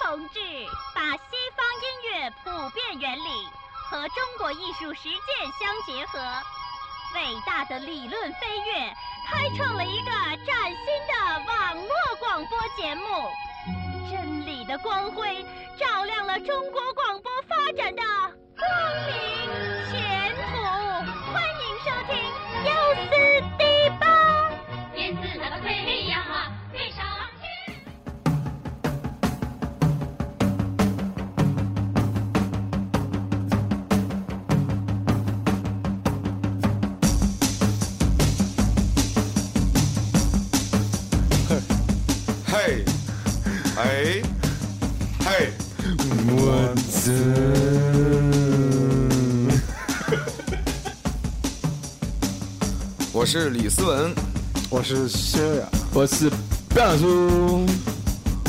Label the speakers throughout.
Speaker 1: 同志把西方音乐普遍原理和中国艺术实践相结合，伟大的理论飞跃，开创了一个崭新的网络广播节目。真理的光辉照亮了中国广播发展的光明前途。欢迎收听优思迪吧。
Speaker 2: 燕子那个飞呀，飞上天。
Speaker 3: 嘿，哎，嘿，我操！我是李思文，
Speaker 4: 我是薛雅，
Speaker 5: 我是大叔，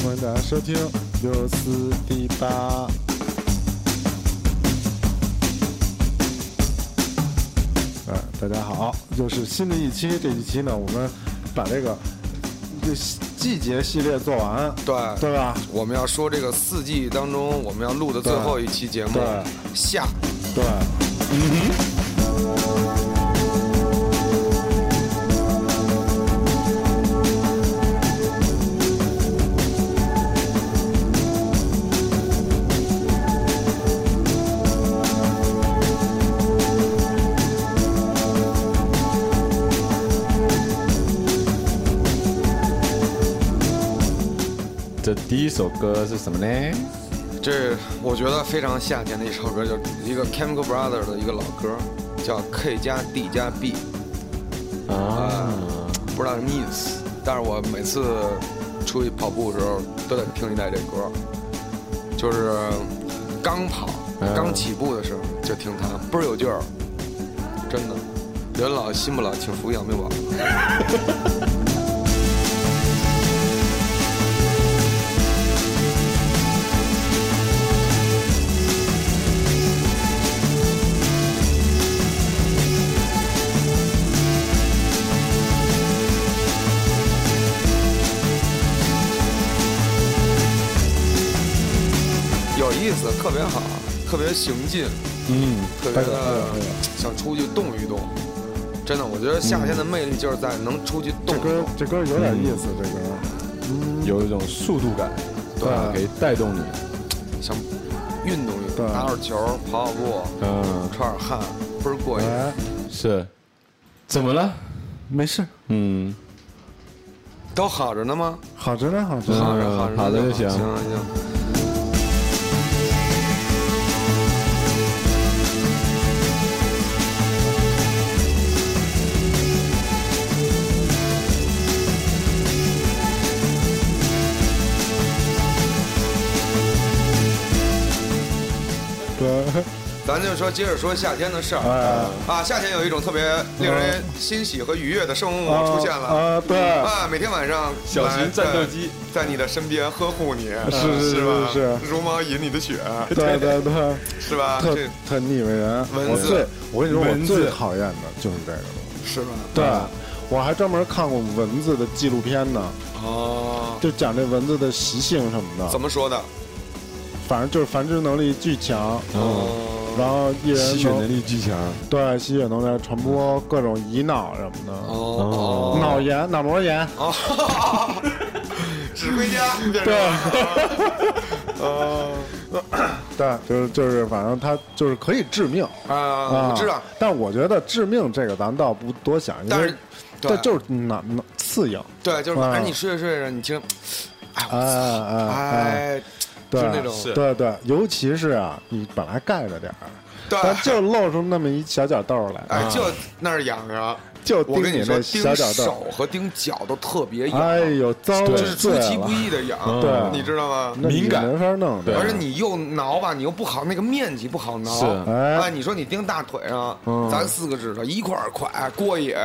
Speaker 4: 欢迎大家收听优思第八。哎，大家好，又是新的一期。这一期呢，我们把这个这季节系列做完，
Speaker 3: 对
Speaker 4: 对吧？
Speaker 3: 我们要说这个四季当中我们要录的最后一期节目
Speaker 4: 对
Speaker 3: 夏，
Speaker 4: 对，
Speaker 5: 这第一首歌是什么呢？
Speaker 3: 这我觉得非常夏天的一首歌，就是一个 Chemical Brother 的一个老歌，叫 K 加 D 加 B，
Speaker 5: 啊，
Speaker 3: 不知道什么意思，但是我每次出去跑步的时候都得听一带这歌，就是刚跑、
Speaker 5: 嗯
Speaker 3: 刚起步的时候就听它，倍儿有劲儿，真的。人老心不老，请服养命宝。有意思，特别好，特别行进，
Speaker 4: 嗯，
Speaker 3: 特别
Speaker 4: 大家
Speaker 3: 的想出去动一动。真的，我觉得夏天的魅力就是在能出去动一
Speaker 4: 这歌
Speaker 3: 动。
Speaker 4: 这歌有点意思，这歌
Speaker 5: 有一种速度感，
Speaker 4: 对
Speaker 5: 吧可以带动你，
Speaker 3: 想运动运动，
Speaker 4: 对
Speaker 3: 打会儿球，跑跑步，
Speaker 5: 嗯，
Speaker 3: 出点汗，倍儿过瘾。
Speaker 4: 哎，
Speaker 5: 是，怎么了？
Speaker 4: 没事，
Speaker 5: 嗯，
Speaker 3: 都好着呢吗？
Speaker 4: 好着呢，嗯好着呢。
Speaker 3: 好着好着呢，
Speaker 5: 好着就
Speaker 3: 行行
Speaker 5: 行
Speaker 3: 行。
Speaker 4: 对，
Speaker 3: 咱就说，接着说夏天的事儿
Speaker 4: 哎，
Speaker 3: 啊！夏天有一种特别令人欣喜和愉悦的生物
Speaker 4: 啊
Speaker 3: 出现了
Speaker 4: 啊，对。
Speaker 3: 啊！每天晚上
Speaker 5: 小型
Speaker 3: 来
Speaker 5: 战斗机
Speaker 3: 在在你的身边呵护你，
Speaker 4: 是是
Speaker 3: 是吧？
Speaker 4: 是
Speaker 3: 茹毛饮你的血，
Speaker 4: 对对对，
Speaker 3: 是吧？
Speaker 4: 特
Speaker 3: 啊这
Speaker 4: 特腻歪人。
Speaker 3: 文
Speaker 4: 我
Speaker 3: 字
Speaker 4: 最我跟你说，
Speaker 5: 文
Speaker 4: 我
Speaker 5: 字
Speaker 4: 最讨厌的就是这个东西。
Speaker 3: 是吧？
Speaker 4: 对，我还专门看过文字的纪录片呢，
Speaker 3: 哦，
Speaker 4: 就讲这文字的习性什么的。
Speaker 3: 怎么说的？
Speaker 4: 反正就是繁殖能力巨强，
Speaker 3: 哦
Speaker 4: 然后一人
Speaker 5: 吸血能力巨强，
Speaker 4: 对吸血能力传播各种遗脑什么的，
Speaker 3: 哦
Speaker 4: 脑炎、脑膜炎。
Speaker 3: 哦，指挥家变成啊哦
Speaker 4: 对，就是就是，反正它就是可以致命
Speaker 3: 啊，
Speaker 4: 啊。
Speaker 3: 我知道，，
Speaker 4: 但我觉得致命这个咱倒不多想，因
Speaker 3: 但
Speaker 4: 为
Speaker 3: 是对啊
Speaker 4: 这就是哪哪刺痒。
Speaker 3: 对，就是晚上
Speaker 4: 啊
Speaker 3: 你睡着睡着，你听，哎我
Speaker 4: 哎
Speaker 3: 操，
Speaker 4: 哎哎！
Speaker 3: 哎，
Speaker 4: 对，
Speaker 3: 就是那种是
Speaker 4: 对对，尤其是啊，你本来盖着点儿，
Speaker 3: 对，
Speaker 4: 但就露出那么一小角豆来，啊
Speaker 3: 哎，就那儿痒痒。
Speaker 4: 就
Speaker 3: 我
Speaker 4: 盯
Speaker 3: 跟你说，
Speaker 4: 那
Speaker 3: 盯
Speaker 4: 小角
Speaker 3: 手
Speaker 4: 豆，
Speaker 3: 和盯脚都特别
Speaker 4: 哎
Speaker 3: 痒，
Speaker 4: 呦，脏
Speaker 5: 对
Speaker 3: 就是出
Speaker 4: 死
Speaker 3: 其不
Speaker 4: 了，
Speaker 3: 意的痒，
Speaker 4: 对啊
Speaker 3: 你知道吗？
Speaker 4: 那你
Speaker 5: 敏感
Speaker 4: 没法弄，
Speaker 5: 对
Speaker 3: 而且你又挠吧，你又不好，那个面积不好
Speaker 5: 是
Speaker 3: 挠。哎，
Speaker 4: 哎，
Speaker 3: 你说你盯大腿上
Speaker 4: 嗯，
Speaker 3: 咱四个指头一块儿快过瘾，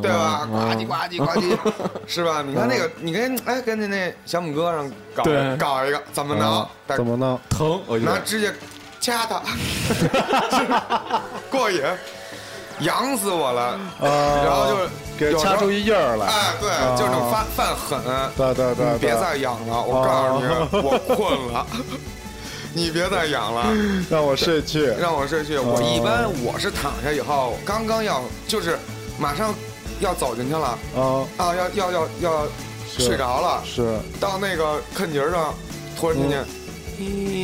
Speaker 3: 对吧？呱
Speaker 5: 嗯
Speaker 3: 唧呱唧呱唧，是吧？你看那个，你跟哎跟那那小拇哥上搞
Speaker 5: 对嗯
Speaker 3: 搞一个，怎么挠？但
Speaker 4: 嗯怎么弄？
Speaker 5: 哦疼，我觉
Speaker 3: 拿
Speaker 5: 得
Speaker 3: 指甲掐它，过瘾。痒死我了。
Speaker 5: 嗯
Speaker 4: 啊，
Speaker 3: 然后就是
Speaker 4: 给
Speaker 3: 有时候
Speaker 4: 掐出一印儿来，
Speaker 3: 哎，对，
Speaker 5: 嗯
Speaker 3: 就是那种犯犯狠，
Speaker 4: 对对对，
Speaker 3: 你别
Speaker 4: 对
Speaker 3: 再痒了，我告诉
Speaker 5: 嗯
Speaker 3: 你，我困了，你别再痒了。
Speaker 4: 让我睡去，
Speaker 3: 让我睡去。
Speaker 4: 哦
Speaker 3: 我一般我是躺下以后，刚刚要就是马上要走进去了
Speaker 4: 啊，
Speaker 3: 啊，要要要要
Speaker 4: 是
Speaker 3: 睡着了，
Speaker 4: 是，
Speaker 3: 到那个坑节儿上突然间，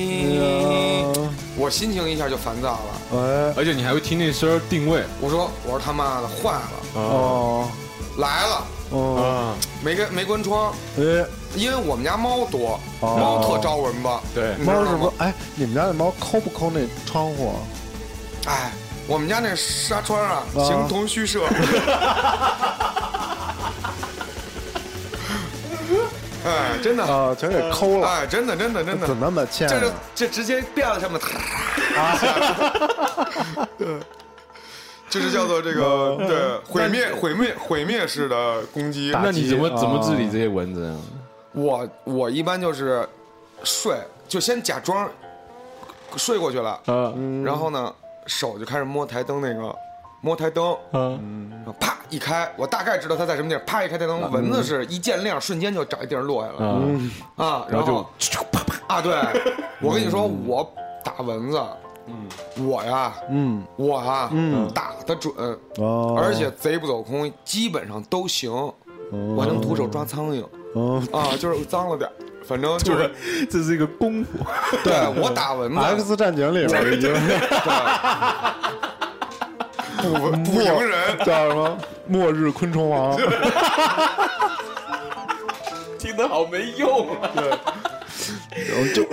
Speaker 4: 嗯
Speaker 3: 我心情一下就烦躁了。
Speaker 4: 哎，
Speaker 5: 而且你还会听那声儿定位
Speaker 3: 我说我说他妈的坏了，
Speaker 4: 哦，
Speaker 3: 来了，
Speaker 4: 哦，
Speaker 5: 啊，
Speaker 3: 没关没关窗，
Speaker 4: 哎，
Speaker 3: 因为我们家猫多，
Speaker 4: 哦
Speaker 3: 猫特招蚊子，
Speaker 5: 对
Speaker 3: 你知道
Speaker 4: 猫是不
Speaker 3: 吗？？
Speaker 4: 哎，你们家的猫抠不抠那窗户啊？
Speaker 3: 哎，我们家那纱窗啊，
Speaker 4: 啊
Speaker 3: 形同虚设。 哎，真的
Speaker 4: 啊，全给抠了，
Speaker 3: 哎，真的，真的，真的
Speaker 4: 呃怎，么那啊么欠
Speaker 3: 这
Speaker 4: 呢
Speaker 3: 是？这直接掉在上面， 对，就是叫做这
Speaker 4: 啊
Speaker 3: 个对毁灭、毁灭、毁灭式的攻击。
Speaker 4: 打
Speaker 5: 那你怎么
Speaker 4: 击
Speaker 5: 怎么
Speaker 4: 啊
Speaker 5: 治理这些蚊子呀？
Speaker 3: 我我一般就是睡，就先假装睡过去了，
Speaker 5: 啊
Speaker 3: 然后呢，手就开始摸台灯那个摸台灯，
Speaker 5: 啊，
Speaker 3: 然后啪一开，我大概知道它在什么地儿，啪一开台灯，蚊子是一见亮，瞬间就找一地儿落下来了
Speaker 5: 嗯
Speaker 3: 啊，
Speaker 5: 然
Speaker 3: 然
Speaker 5: 后
Speaker 3: 后
Speaker 5: 就。
Speaker 3: 啊，对，我跟你说，我打蚊子，嗯，我呀，
Speaker 4: 嗯，
Speaker 3: 我啊，嗯，打得准，
Speaker 4: 哦，
Speaker 3: 而且贼不走空，基本上都行，我还能徒手抓苍蝇
Speaker 4: 哦
Speaker 3: 啊，就是脏了点儿，反正就是，
Speaker 5: 这是一个功夫，
Speaker 3: 对我打蚊子，
Speaker 4: 嗯 X 战警里边已经
Speaker 3: 不不赢人，
Speaker 4: 叫什么“末日昆虫王
Speaker 5: 听得好没用啊！”，
Speaker 4: 就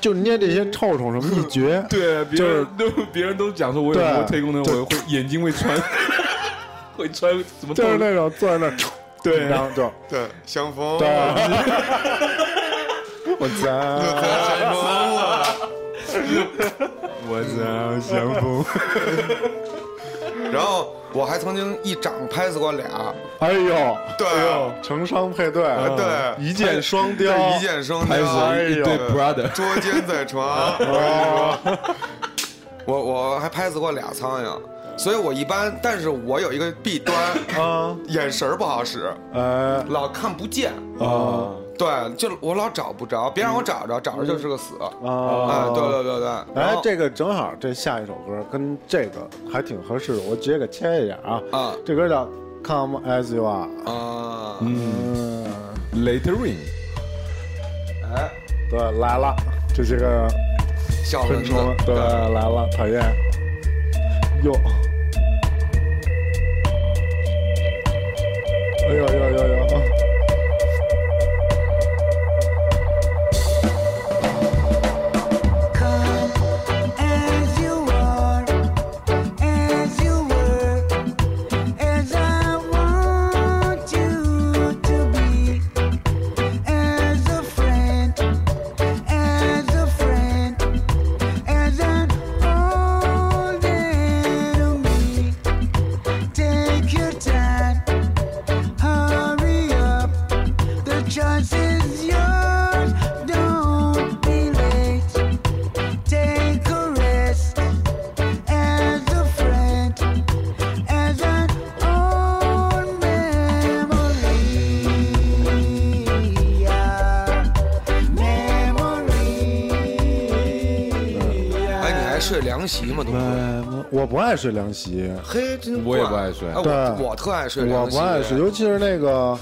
Speaker 4: 就捏这些臭虫什么一绝，
Speaker 5: 对，别
Speaker 4: 就是
Speaker 5: 人都 别人都讲说，我有
Speaker 4: 对
Speaker 5: 什么特异功能，
Speaker 4: 对
Speaker 5: 我会眼睛会穿， 会穿什么？
Speaker 4: 就是那种坐在那儿，
Speaker 5: 对
Speaker 4: 然后就
Speaker 3: 对，相逢，
Speaker 4: 对， 我操，
Speaker 3: 相逢了，
Speaker 5: 我操，降风！
Speaker 3: 然后我还曾经一掌拍死过 俩，
Speaker 4: 哎呦，
Speaker 3: 对，啊
Speaker 4: 成双配对，
Speaker 3: 对
Speaker 4: 一箭双雕，
Speaker 3: 一箭双雕，
Speaker 5: 啊拍死一
Speaker 4: 哎呦
Speaker 5: 对 brother，
Speaker 3: 捉奸在床。
Speaker 4: 啊，
Speaker 3: 我我还拍死过俩苍蝇，所以我一般，但是我有一个弊端，
Speaker 4: 啊，
Speaker 5: 哦
Speaker 3: 眼神儿不好使，
Speaker 4: 哎
Speaker 3: 老看不见。
Speaker 4: 啊
Speaker 3: 对，就我老找不着，别让我找着，找着就是个死。哎，
Speaker 4: 啊，
Speaker 3: 对对对对。然
Speaker 4: 哎
Speaker 3: 后，
Speaker 4: 这个正好，这下一首歌跟这个还挺合适的，我直接给切一下啊。
Speaker 3: 啊
Speaker 4: 这歌叫《Come As You Are》。
Speaker 3: 啊，
Speaker 4: 嗯，
Speaker 5: ，Laterin，
Speaker 3: 哎，
Speaker 4: 对，来了，这些个
Speaker 3: 小
Speaker 4: 昆
Speaker 3: 蚊子
Speaker 4: 虫，，对，
Speaker 3: 对
Speaker 4: 来了，讨厌。哟，哎呦呦呦呦！
Speaker 6: Come as you are, as you were, as I want you to be, as a friend, as a friend, as an old enemy. Take your time, hurry up. The choice is yours. Don't be late. Take a rest as a friend, as an old memory. Memory.
Speaker 3: 哎，你还睡凉席吗？都。
Speaker 4: 嗯，我不爱睡凉席，
Speaker 3: 嘿，真
Speaker 5: 我也不爱睡
Speaker 3: 哎
Speaker 4: 对
Speaker 3: 我我特爱睡
Speaker 4: 我
Speaker 3: 凉席。哎
Speaker 4: 不爱睡，尤其是那个，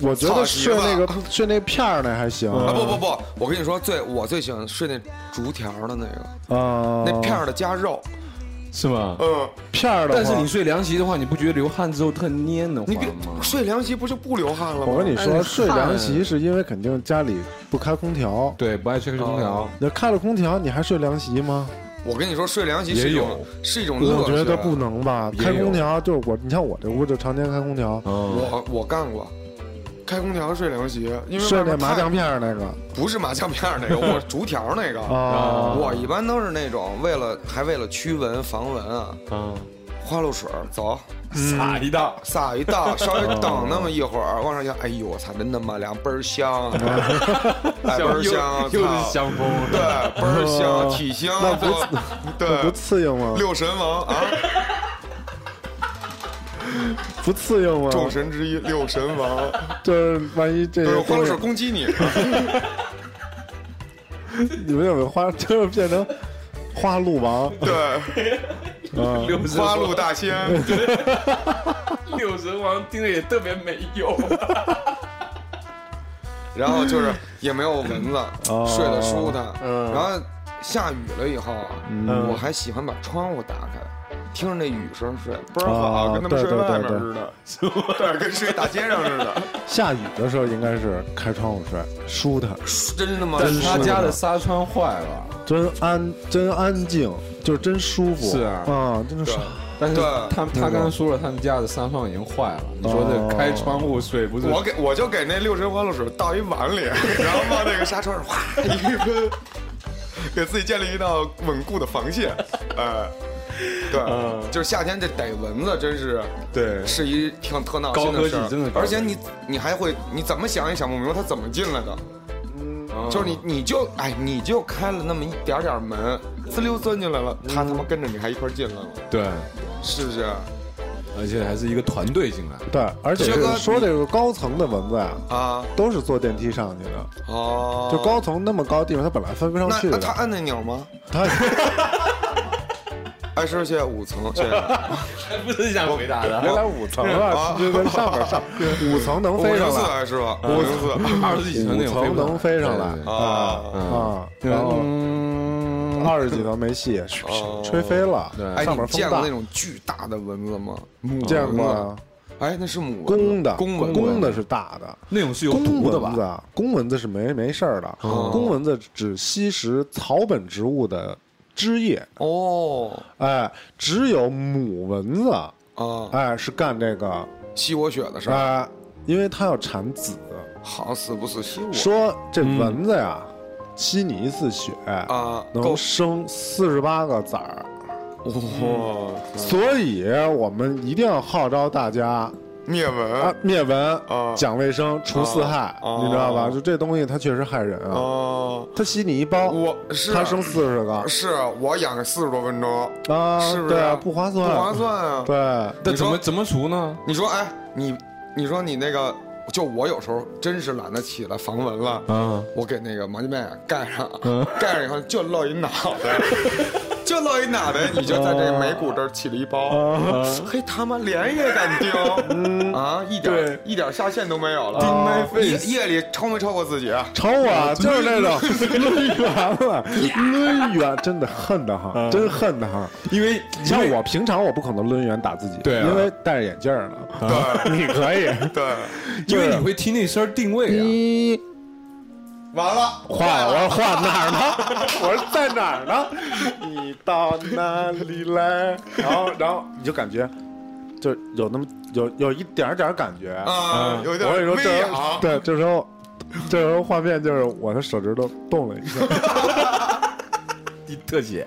Speaker 4: 我觉
Speaker 3: 草
Speaker 4: 得
Speaker 3: 席
Speaker 4: 睡那
Speaker 3: 吧
Speaker 4: 个睡那片儿那还行
Speaker 3: 啊不不不，我跟你说，最我最喜欢睡那竹条的那个，
Speaker 4: 啊，
Speaker 3: 那片儿的加肉。
Speaker 5: 是吗？
Speaker 3: 嗯，
Speaker 4: 片儿的话，
Speaker 5: 但是你睡凉席的话，你不觉得流汗之后特蔫的
Speaker 3: 你
Speaker 5: 慌吗
Speaker 3: 跟？睡凉席不就不流汗了吗？
Speaker 4: 我跟你
Speaker 5: 哎
Speaker 4: 说，
Speaker 3: 嗯
Speaker 5: 你
Speaker 4: 睡
Speaker 5: 看
Speaker 4: 凉席是因为肯定家里不开空调。
Speaker 5: 对，不爱吹空调
Speaker 3: 哦，
Speaker 4: 你开了空调，你还睡凉席吗？
Speaker 3: 我跟你说，睡凉席是一
Speaker 5: 也有
Speaker 3: 种是一啊种乐
Speaker 4: 我
Speaker 3: 趣。
Speaker 4: 觉得不能吧，
Speaker 5: 也有
Speaker 4: 开空调就是我，你像我这屋就常年开空调，
Speaker 3: 啊
Speaker 5: 嗯，
Speaker 3: 我我干过，开空调睡凉席，因为
Speaker 4: 睡
Speaker 3: 外
Speaker 4: 那
Speaker 3: 面
Speaker 4: 麻
Speaker 3: 太
Speaker 4: 将片儿那个
Speaker 3: 不是麻将片儿那个，我是竹条儿那个。
Speaker 4: 啊，
Speaker 3: 我一般都是那种为了还为了驱蚊防蚊啊，
Speaker 5: 嗯，
Speaker 3: 花露水儿走
Speaker 5: 撒一道，
Speaker 3: 撒一道，稍微等那么一会儿，往上一看，哎呦我操，真他妈凉，倍儿香，啊哎倍儿香，
Speaker 5: 又
Speaker 3: 操
Speaker 5: 是香风，
Speaker 3: 对，倍儿香，
Speaker 4: 哦
Speaker 3: 体香，
Speaker 4: 那不
Speaker 3: 就
Speaker 4: 那不
Speaker 3: 对，
Speaker 4: 刺痒吗？
Speaker 3: 六神王啊，
Speaker 4: 不刺应吗？
Speaker 3: 众神之一，六神王，
Speaker 4: 就是万一这
Speaker 3: 就
Speaker 4: 个
Speaker 3: 是花露水
Speaker 4: 东
Speaker 3: 攻击你，
Speaker 4: 西你们有没有花，就是变成花 鹿王
Speaker 3: 对，
Speaker 4: 啊？
Speaker 5: 六神
Speaker 3: 花
Speaker 5: 王
Speaker 3: 露大仙，
Speaker 5: 六神王听着也特别没用，
Speaker 3: 然后就是也没有蚊子，
Speaker 4: 哦
Speaker 3: 睡得舒坦。
Speaker 4: 嗯
Speaker 3: 然后下雨了以后啊，
Speaker 4: 嗯
Speaker 3: 我还喜欢把窗户打开，听着那雨声睡，倍儿
Speaker 4: 哦
Speaker 3: 好，跟他们睡
Speaker 4: 对对
Speaker 3: 外面
Speaker 4: 对对
Speaker 3: 似的，对，跟睡大街上似 的。
Speaker 4: 下雨的时候应该是开窗户睡，舒坦，
Speaker 3: 真的吗？
Speaker 5: 但是他
Speaker 4: 是
Speaker 5: 家
Speaker 4: 的
Speaker 5: 的纱窗坏了，
Speaker 4: 真安真安静，就是真舒服。
Speaker 5: 是啊
Speaker 4: 啊，真的
Speaker 3: 对
Speaker 4: 是。
Speaker 5: 但是
Speaker 3: 对
Speaker 5: 他他刚刚说了，他们家的纱窗已经坏了。你说
Speaker 4: 哦
Speaker 5: 这开窗户 睡不是？
Speaker 3: 我给我就给那六神花露水倒一碗 里，然后往那个纱窗上哗一喷，给自己建立一道稳固的防 线。哎，对，就是夏天这逮蚊子真是
Speaker 5: 嗯对
Speaker 3: 是一挺特闹心的事
Speaker 5: 高科技真的
Speaker 3: 儿，
Speaker 5: 高
Speaker 3: 而
Speaker 5: 科技
Speaker 3: 且你你还会你怎么想也想不明白它怎么进来的。
Speaker 5: 嗯
Speaker 3: 就是你，你就哎，你就开了那么一点点门，滋溜钻进来了，
Speaker 5: 嗯
Speaker 3: 它他妈跟着你还一块儿进来了，
Speaker 5: 对，
Speaker 3: 是不是？
Speaker 5: 而且还是一个团队进来。
Speaker 4: 对，而且
Speaker 3: 薛
Speaker 4: 这个
Speaker 3: 哥
Speaker 4: 说
Speaker 3: 你
Speaker 4: 这个高层的蚊子呀，
Speaker 3: 啊，
Speaker 4: 都是坐电梯上去的，
Speaker 3: 哦，
Speaker 4: 就高层那么高地方，它本来翻不上
Speaker 3: 那
Speaker 4: 去
Speaker 3: 那
Speaker 4: 的。
Speaker 3: 他按那钮吗？
Speaker 4: 它
Speaker 3: 爱师谢谢五层，谢谢。
Speaker 5: 不是想回答
Speaker 4: 原
Speaker 5: 的，
Speaker 4: 来五层啊，就在上面上，五层能
Speaker 3: 五
Speaker 4: 飞
Speaker 3: 零
Speaker 4: 上
Speaker 3: 四
Speaker 4: 来，
Speaker 3: 还是吧？五零
Speaker 4: 嗯
Speaker 3: 四
Speaker 5: 二十几层那
Speaker 4: 五
Speaker 5: 种飞
Speaker 4: 层能飞上
Speaker 5: 不了
Speaker 4: 来
Speaker 5: 对对对
Speaker 3: 啊！
Speaker 4: 啊，然后
Speaker 5: 嗯，
Speaker 4: 二十几层没戏，
Speaker 3: 哦
Speaker 4: 吹飞了，
Speaker 5: 对
Speaker 3: 哎，
Speaker 4: 上
Speaker 3: 你
Speaker 4: 面
Speaker 3: 见过
Speaker 4: 风大
Speaker 3: 那，种巨大的蚊子吗？母
Speaker 4: 见
Speaker 3: 蚊子
Speaker 4: 过啊，
Speaker 3: 哎，那是母蚊子
Speaker 4: 公的，
Speaker 3: 公蚊子
Speaker 4: 公的是大的，
Speaker 5: 那种是有
Speaker 4: 公
Speaker 5: 毒的
Speaker 4: 蚊子
Speaker 5: 吧？
Speaker 4: 啊，公蚊子是没没事儿的，
Speaker 3: 哦
Speaker 4: 公蚊子只吸食草本植物的枝叶，
Speaker 3: 哦
Speaker 4: 哎，只有母蚊子，
Speaker 3: 啊，
Speaker 4: 哎，是干这个，
Speaker 3: 吸我血的事儿，
Speaker 4: 哎，因为它要产子。
Speaker 3: 好死不死吸我
Speaker 4: 说这蚊子呀，吸你一次血
Speaker 3: 嗯啊
Speaker 4: 能
Speaker 3: 够
Speaker 4: 生四十八个崽儿，
Speaker 3: 哇！
Speaker 4: 所以我们一定要号召大家
Speaker 3: 灭蚊
Speaker 4: 啊，灭蚊
Speaker 3: 啊
Speaker 4: 讲卫生，除四害，
Speaker 3: 啊
Speaker 4: 你知道吧？就这东西它确实害人啊，
Speaker 3: 哦，
Speaker 4: 它吸你一包，
Speaker 3: 我是
Speaker 4: 它生四十个
Speaker 3: 啊是我养个四十多分钟，
Speaker 4: 啊，
Speaker 3: 是不是
Speaker 4: 对啊，不划
Speaker 3: 不
Speaker 4: 算，
Speaker 3: 划算啊！
Speaker 4: 对。
Speaker 5: 那
Speaker 3: 你
Speaker 5: 怎
Speaker 3: 说
Speaker 5: 么怎么除呢？
Speaker 3: 你说，哎，你你说你那个，就我有时候真是懒得起来防蚊了，
Speaker 5: 嗯，
Speaker 3: 我给那个毛巾被盖上，盖上以后就露一脑袋，就露一脑袋，你就在这眉骨这儿起了一包，嘿他妈脸也敢盯啊，一点
Speaker 5: 对
Speaker 3: 一点下限都没有了，
Speaker 4: 盯 my
Speaker 3: 夜夜里抽没抽过自己？
Speaker 4: 瞅我啊，就是那种抡圆了， 抡圆，真的恨得很，真恨得很。
Speaker 5: 因为
Speaker 4: 像我平常我不可能抡圆打自己，
Speaker 5: 对啊
Speaker 4: 因为戴着眼镜呢。
Speaker 3: 对
Speaker 4: 你可以，
Speaker 3: 对，
Speaker 5: 因为你会听那声儿定位啊。
Speaker 4: 你
Speaker 3: 完了，
Speaker 4: 画我说画哪儿呢？ 我说在哪儿呢？你到哪里来？然后然后你就感觉，就有那么有有一点儿点儿感觉。嗯
Speaker 3: 啊，有点
Speaker 4: 我跟你说，
Speaker 3: 微啊
Speaker 4: 这时候
Speaker 3: 痒，
Speaker 4: 对这时候这时候画面就是我的手指头动了一下，
Speaker 5: 特写，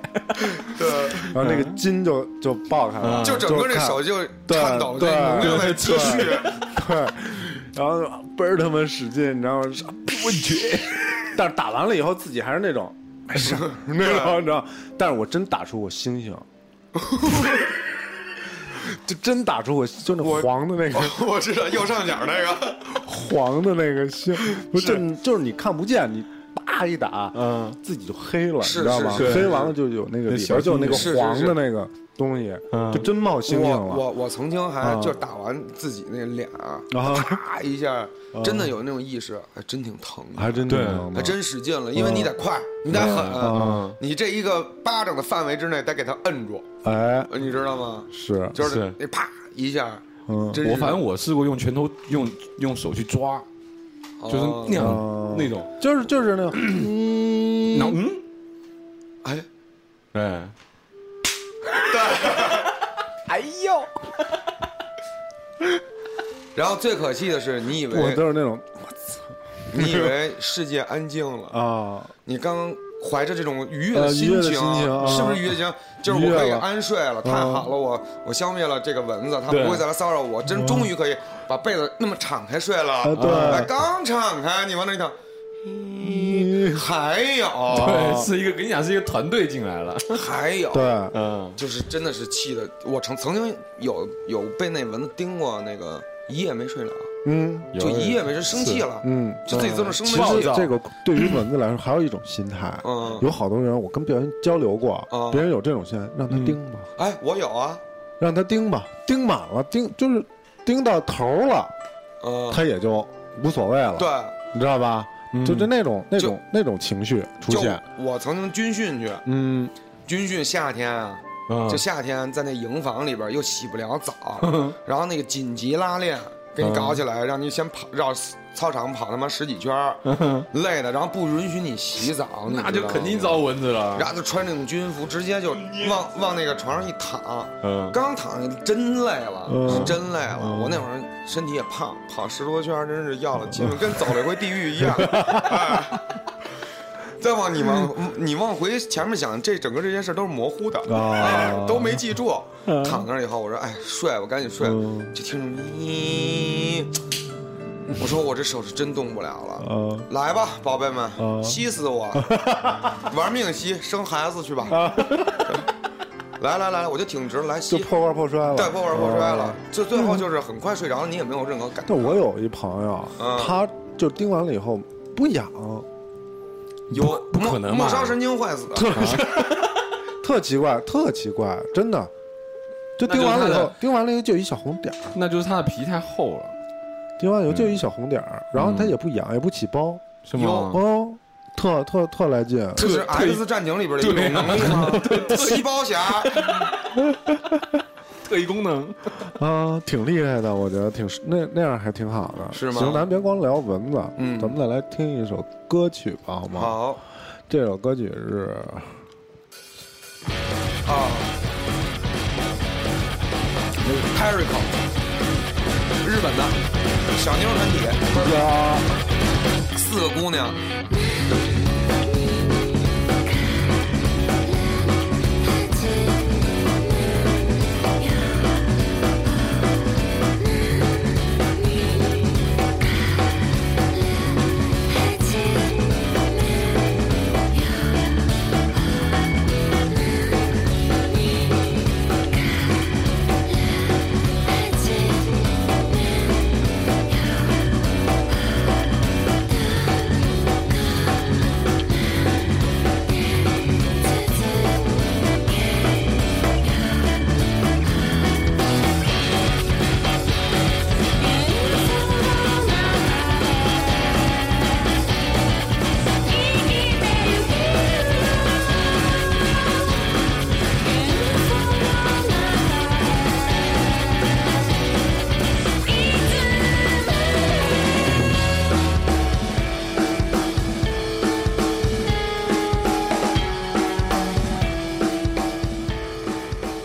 Speaker 3: 对，
Speaker 4: 然后那个筋就就爆开了，
Speaker 3: 就整个这
Speaker 4: 嗯看
Speaker 3: 手就
Speaker 4: 对
Speaker 3: 颤抖，
Speaker 4: 对
Speaker 3: 这脓药在
Speaker 4: 对
Speaker 3: 积蓄，
Speaker 4: 对，然后倍儿他妈使劲，你知道吗？我去！但是打完了以后，自己还是那种没事儿那种，你知道？但是我真打出我星 星，就真打出我就那黄的那个
Speaker 3: 我知道右上角那个。
Speaker 4: 黄的那个星，不是就就是你看不见你。叭一打，
Speaker 5: 嗯，
Speaker 4: 自己就黑了，
Speaker 3: 是
Speaker 4: 你知道
Speaker 3: 是
Speaker 4: 吗？
Speaker 3: 是
Speaker 4: 黑完了就有那个
Speaker 5: 那
Speaker 4: 里
Speaker 5: 小
Speaker 4: 边就有那个
Speaker 3: 星星
Speaker 4: 黄
Speaker 3: 是是
Speaker 4: 的
Speaker 3: 是
Speaker 4: 那个东西，
Speaker 5: 嗯
Speaker 4: 就真冒星星
Speaker 3: 我
Speaker 4: 了
Speaker 3: 我我曾经还
Speaker 4: 啊
Speaker 3: 就打完自己那脸，
Speaker 4: 啊
Speaker 3: 啪一下，真的有那种意识，还真挺疼的，
Speaker 4: 还真
Speaker 5: 对
Speaker 4: 能
Speaker 3: 还真使劲了，因为你得快，你得
Speaker 4: 啊
Speaker 3: 狠，你这一个巴掌的范围之内得给它摁住，
Speaker 4: 哎
Speaker 3: 呃你知道吗？
Speaker 4: 是
Speaker 3: 就是
Speaker 5: 是
Speaker 3: 那啪一下，
Speaker 4: 嗯
Speaker 3: 真是
Speaker 5: 我反正我试过用拳头用用手去抓，就是那样
Speaker 4: 哦
Speaker 5: 那种，
Speaker 4: 就是就是那种，
Speaker 5: 那嗯，
Speaker 3: 哎，
Speaker 5: 哎，
Speaker 3: 然后最可惜的是，你以
Speaker 4: 我都
Speaker 3: 为
Speaker 4: 是那种
Speaker 3: 你以为世界安静了，
Speaker 4: 啊，
Speaker 3: 你刚怀着这种愉悦的
Speaker 4: 呃愉悦的
Speaker 3: 情，
Speaker 4: 心情啊
Speaker 3: 是不是愉悦情？就是
Speaker 4: 愉悦
Speaker 3: 我可以
Speaker 4: 了嗯
Speaker 3: 安睡了，太好了，我我消灭了这个蚊子，它
Speaker 5: 对
Speaker 3: 不会再来骚扰我，真终于可以把被子那么敞开睡了。
Speaker 4: 啊对
Speaker 3: 哎刚敞开，你往那一躺，
Speaker 4: 你
Speaker 3: 还有，
Speaker 5: 对，是一个跟你讲是一个团队进来了，
Speaker 3: 还有，
Speaker 4: 对，
Speaker 5: 嗯，
Speaker 3: 就是真的是气的，我曾曾经有有被那蚊子叮过，那个一夜没睡了，啊
Speaker 4: 嗯
Speaker 5: 有
Speaker 3: 就一夜没睡，生气了，
Speaker 4: 嗯。
Speaker 3: 就自己这么生
Speaker 4: 其
Speaker 3: 闷
Speaker 4: 实
Speaker 3: 气，
Speaker 4: 这个对于蚊子来说，还有一种心态。
Speaker 3: 嗯
Speaker 4: 有好多人，我跟别人交流过
Speaker 3: 嗯，
Speaker 4: 别人有这种心态，让他叮吧，
Speaker 3: 哎，我有啊，
Speaker 4: 让他叮吧，叮满了，叮就是叮到头了，
Speaker 3: 嗯，
Speaker 4: 他也就无所谓了。
Speaker 3: 对，，嗯
Speaker 4: 你知道吧？嗯就是那种那种那种情绪出
Speaker 3: 就
Speaker 4: 现。
Speaker 3: 我曾经军训去，
Speaker 4: 嗯，
Speaker 3: 军训夏天啊，
Speaker 5: 嗯
Speaker 3: 就夏天在那营房里边又洗不了 澡，然后那个紧急拉练给你搞起
Speaker 5: 嗯
Speaker 3: 来，让你先跑绕操场跑他妈十几圈儿，累的，然后不允许你洗澡，你
Speaker 5: 那
Speaker 3: 知
Speaker 5: 就
Speaker 3: 道吗
Speaker 5: 肯定招蚊子了
Speaker 3: 然，后就穿这种军服，直接就往往那个床上一躺，
Speaker 5: 嗯，
Speaker 3: 刚躺下真累了，
Speaker 4: 嗯
Speaker 3: 是真累了。我那会儿身体也胖，跑十多圈儿真是要了亲命，跟走了一回地狱一 样。哎再往你往你往回前面想，这整个这件事都是模糊的，
Speaker 4: 哦
Speaker 3: 哎都没记住。
Speaker 4: 嗯
Speaker 3: 躺那儿以后，我说哎睡，我赶紧睡，就听着咦，我说我这手是真动不了了。
Speaker 4: 呃，
Speaker 3: 来吧，宝贝们，
Speaker 4: 嗯
Speaker 3: 吸死 我，玩命吸，生孩子去吧！ 来来来，我就挺直，来
Speaker 4: 啊就
Speaker 3: 吸，
Speaker 4: 破罐破摔了，
Speaker 3: 带破罐破摔了
Speaker 4: 嗯。，
Speaker 3: 最最后就是很快睡着了，你也没有任何感觉。
Speaker 4: 但我有一朋友
Speaker 3: 嗯，
Speaker 4: 他就叮完了以后不痒，
Speaker 3: 有
Speaker 5: 不可能吧
Speaker 3: 末梢神经坏死，啊
Speaker 4: 特奇怪，特奇怪，真的。就叮完了以
Speaker 5: 那就是他
Speaker 4: 后
Speaker 5: 的，
Speaker 4: 叮完了以后就一小红点儿，
Speaker 5: 那就是它的皮太厚了，
Speaker 4: 叮完以后就一小红点儿，然后它也不痒，也不起包，
Speaker 5: 是吗？
Speaker 4: 哦，特特特来劲，
Speaker 3: 这是《
Speaker 5: 特意
Speaker 3: X 战警》里边的一种能力吗？ 细胞侠，
Speaker 5: 特异功能，
Speaker 4: 啊，挺厉害的，我觉得挺那那样还挺好的，
Speaker 3: 是吗
Speaker 4: 行，咱别光聊蚊子，
Speaker 3: 嗯
Speaker 4: 咱们再来听一首歌曲吧，好吗？
Speaker 3: 好
Speaker 4: 这首歌曲是
Speaker 3: 啊，Terrico，日本的小妞团体，四个姑娘，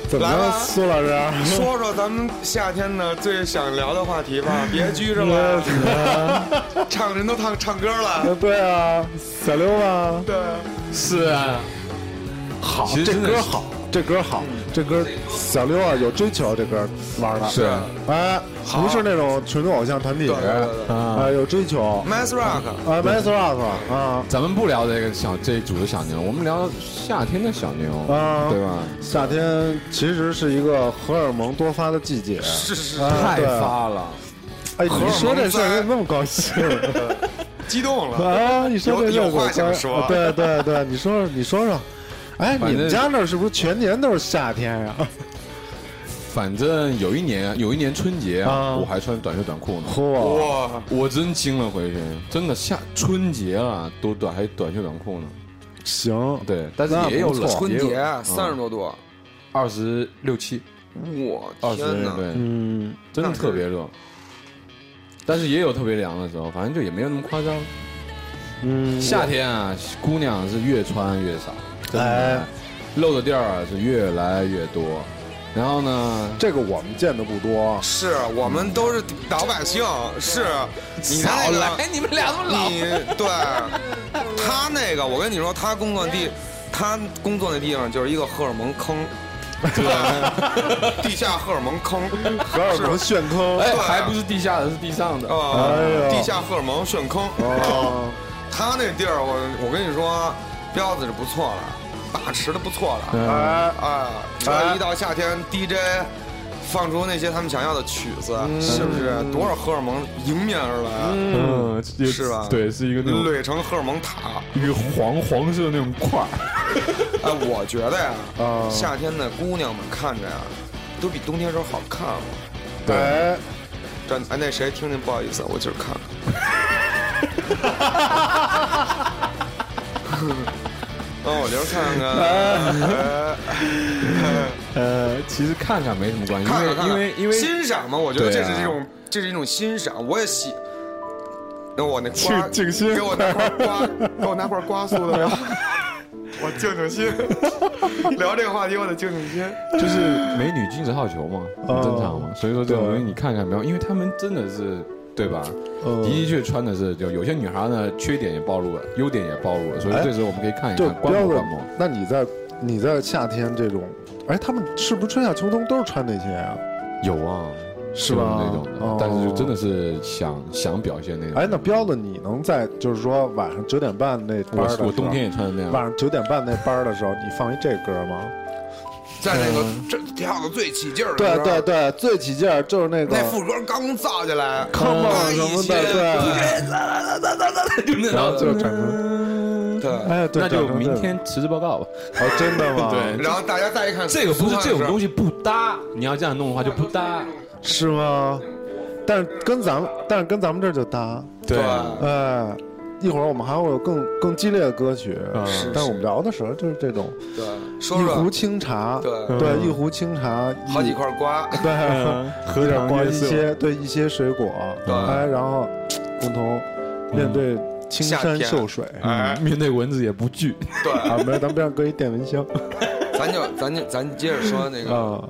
Speaker 4: 怎么
Speaker 3: 来
Speaker 4: 着，
Speaker 3: 吧
Speaker 4: 苏老师？
Speaker 3: 说说咱们夏天呢最想聊的话题
Speaker 5: 嗯
Speaker 3: 吧，别拘着了。唱人都唱唱歌了，
Speaker 4: 呃对啊，小溜吧，
Speaker 3: 对，
Speaker 5: 是啊，
Speaker 4: 好
Speaker 5: 其实
Speaker 4: 这
Speaker 5: 真的
Speaker 4: 歌
Speaker 5: 是
Speaker 4: 好，这歌好，这歌小溜啊有追求，这歌玩的
Speaker 5: 是
Speaker 4: 哎，不是那种群众偶像团体，
Speaker 3: 啊对对对对啊
Speaker 4: 哎，有追求，
Speaker 3: ，Mass Rock，
Speaker 4: 哎 m a s Rock 啊
Speaker 5: 咱们不聊这个小这一组的小妞，我们聊夏天的小妞，
Speaker 4: 啊，
Speaker 5: 对吧？
Speaker 4: 夏天其实是一个荷尔蒙多发的季节，
Speaker 3: 是是
Speaker 4: 啊
Speaker 5: 太
Speaker 4: 对
Speaker 5: 发了，
Speaker 4: 哎，
Speaker 3: 荷尔
Speaker 4: 你
Speaker 3: 蒙
Speaker 4: 说这事
Speaker 3: 在
Speaker 4: 儿为什么那么高兴
Speaker 3: 激动了。
Speaker 4: 啊？你说这事儿
Speaker 3: 有有话
Speaker 4: 我
Speaker 3: 想
Speaker 4: 高
Speaker 3: 说
Speaker 4: 啊对对对，你说说，你说说。哎，
Speaker 5: 反
Speaker 4: 你们
Speaker 5: 正
Speaker 4: 家那儿是不是全年都是夏天呀？
Speaker 5: 反正有一年啊，有一年春节啊，
Speaker 4: 啊
Speaker 5: 我还穿短袖短裤呢。
Speaker 4: 嚯，
Speaker 3: 哇，
Speaker 5: 我真惊了回去，真的夏春节啊，都短还短袖短裤呢。
Speaker 4: 行，
Speaker 5: 对，但是
Speaker 4: 那
Speaker 5: 也有
Speaker 4: 不错
Speaker 5: 冷，
Speaker 3: 春节啊
Speaker 5: 嗯
Speaker 3: 三十多度，
Speaker 5: 二十六七，
Speaker 3: 我
Speaker 5: 二十
Speaker 3: 天哪！
Speaker 5: 对，
Speaker 4: 嗯，
Speaker 5: 真的特别热。但是也有特别凉的时候，反正就也没有那么夸张。
Speaker 4: 嗯，
Speaker 5: 夏天啊，姑娘是越穿越少，真
Speaker 4: 哎
Speaker 5: 的，露的地儿啊是越来越多。然后呢，
Speaker 4: 这个我们见的不多，啊
Speaker 3: 是我们都是老百姓，是你的
Speaker 5: 少
Speaker 3: 那
Speaker 5: 来
Speaker 3: 个，
Speaker 5: 你们俩这么老
Speaker 3: 你对，他那个，我跟你说，他工作地，他工作那地方就是一个荷尔蒙 坑，对，地下荷尔蒙坑，
Speaker 4: 荷尔蒙炫坑，
Speaker 5: 哎，
Speaker 3: 对啊
Speaker 5: 还不是地下的，是地上的。
Speaker 3: 啊
Speaker 4: 哎，呦
Speaker 3: 地下荷尔蒙炫坑。
Speaker 4: 哦，
Speaker 3: 他那地儿，我我跟你说，彪子是不错了，把持的不错了。
Speaker 5: 嗯
Speaker 4: 哎，
Speaker 3: 啊，这一到夏天，DJ 放出那些他们想要的曲子，是不是多少荷尔蒙迎面而来，
Speaker 5: 嗯，也
Speaker 3: 是吧
Speaker 5: 对，是一个那种
Speaker 3: 垒成荷尔蒙塔？
Speaker 5: 一个黄黄色的那种块儿，
Speaker 3: 哎，我觉得 呀
Speaker 5: 哦
Speaker 4: 啊，
Speaker 3: 夏天的姑娘们看着呀，都比冬天时候好看了。
Speaker 4: 哎，
Speaker 3: 站哎，那谁听听，不好意思，我就是看了。哦，我就是看 哎看，
Speaker 5: 呃，其实看看没什么关系，
Speaker 3: 看看看看
Speaker 5: 因为因为因为
Speaker 3: 欣赏嘛，我觉得
Speaker 5: 对
Speaker 3: 这
Speaker 5: 啊
Speaker 3: 是这种这是一种欣赏，我也喜。那我那
Speaker 5: 去
Speaker 3: 瓜，
Speaker 5: 静心
Speaker 3: 给我拿块瓜，给我拿块瓜酥的呀， 我静静心。 聊这个话题，我得静静心。
Speaker 5: 就是美女君子好逑嘛，很正常
Speaker 4: 哦
Speaker 5: 嘛。所以说这种东西你看看没有，因为他们真的是对吧？
Speaker 4: 哦
Speaker 5: 的的确穿的是，就有些女孩呢，缺点也暴露了，优点也暴露了，所以
Speaker 4: 哎
Speaker 5: 这时候我们可以看一
Speaker 4: 就
Speaker 5: 看，观
Speaker 4: 彪
Speaker 5: 摩
Speaker 4: 哥
Speaker 5: 观摩。，
Speaker 4: 那你在你在夏天这种，哎，他们是不是春夏秋冬都是穿那些啊？
Speaker 5: 有啊，
Speaker 4: 是
Speaker 5: 有
Speaker 4: 吧
Speaker 5: 那种的
Speaker 4: 哦，
Speaker 5: 但是就真的是想想表现那种。
Speaker 4: 哎，那彪子，你能在就是说晚上九点半那班儿的时
Speaker 5: 我
Speaker 4: 候
Speaker 5: 我冬天也穿的那
Speaker 4: 晚
Speaker 5: 样，
Speaker 4: 上九点半那班儿的时候，你放一这歌吗？
Speaker 3: 在那个
Speaker 5: 嗯
Speaker 3: 这跳的最起劲儿的时
Speaker 4: 对
Speaker 5: 啊
Speaker 3: 候，
Speaker 4: 对对，最起劲儿就是那个
Speaker 3: 那副歌刚造起来，
Speaker 4: Come on 嗯什么的，对，然后就整成，
Speaker 3: 对。
Speaker 4: 哎，对
Speaker 5: 那就明，
Speaker 4: 整成
Speaker 5: 天辞职报告吧。
Speaker 4: 这个哦，真的 吗？
Speaker 5: 对
Speaker 3: 然后大家再一看，
Speaker 5: 这个不是这种东
Speaker 3: 西，
Speaker 5: 西不搭，你要这样弄的话就不搭。
Speaker 4: 是吗？但是跟咱们，但是跟咱们这儿就搭，
Speaker 3: 对，
Speaker 5: 啊
Speaker 4: 哎，一会儿我们还会有更更激烈的歌曲，呃
Speaker 3: 是
Speaker 4: 但是我们聊的时候就是这种
Speaker 3: 对，说
Speaker 4: 嗯一壶嗯
Speaker 3: 说
Speaker 4: 清茶，
Speaker 3: 对
Speaker 4: 对，一壶清茶，
Speaker 3: 好几
Speaker 4: 一
Speaker 3: 块瓜，
Speaker 4: 对，
Speaker 5: 荷
Speaker 4: 一点
Speaker 5: 塘
Speaker 4: 瓜
Speaker 5: 月
Speaker 4: 一
Speaker 5: 色
Speaker 4: 些对一些水果，
Speaker 3: 对
Speaker 4: 哎，然后共同面对青
Speaker 3: 夏
Speaker 4: 山
Speaker 3: 天
Speaker 4: 秀水。
Speaker 3: 哎
Speaker 5: 嗯，面对蚊子也不惧。
Speaker 3: 对，
Speaker 4: 啊，没有，咱边上搁一电蚊香
Speaker 3: 咱就咱就咱接着说那个
Speaker 4: 啊，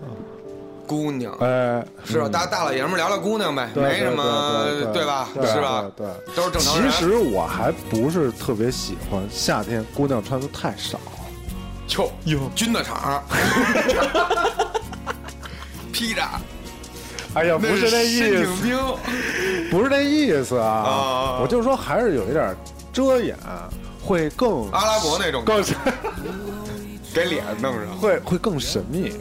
Speaker 3: 姑娘，
Speaker 4: 哎，
Speaker 3: 是吧？大大老爷们儿聊聊姑娘呗，
Speaker 4: 对
Speaker 3: 没什
Speaker 4: 对
Speaker 3: 么
Speaker 4: 对，
Speaker 3: 吧？
Speaker 4: 对
Speaker 3: 是吧？
Speaker 4: 对。对
Speaker 3: 都是正常
Speaker 4: 其
Speaker 3: 人。
Speaker 4: 实我还不是特别喜欢夏天姑娘穿的太少，
Speaker 3: 哟哟，军的场，披着
Speaker 4: 哎呀，不
Speaker 3: 那
Speaker 4: 是那意
Speaker 3: 申
Speaker 4: 思
Speaker 3: 请，兵，
Speaker 4: 不是那意思
Speaker 3: 啊
Speaker 4: 啊，我就说还是有一点遮掩，会更
Speaker 3: 阿拉伯那种，
Speaker 4: 更
Speaker 3: 给脸弄上。
Speaker 4: 会会更神秘，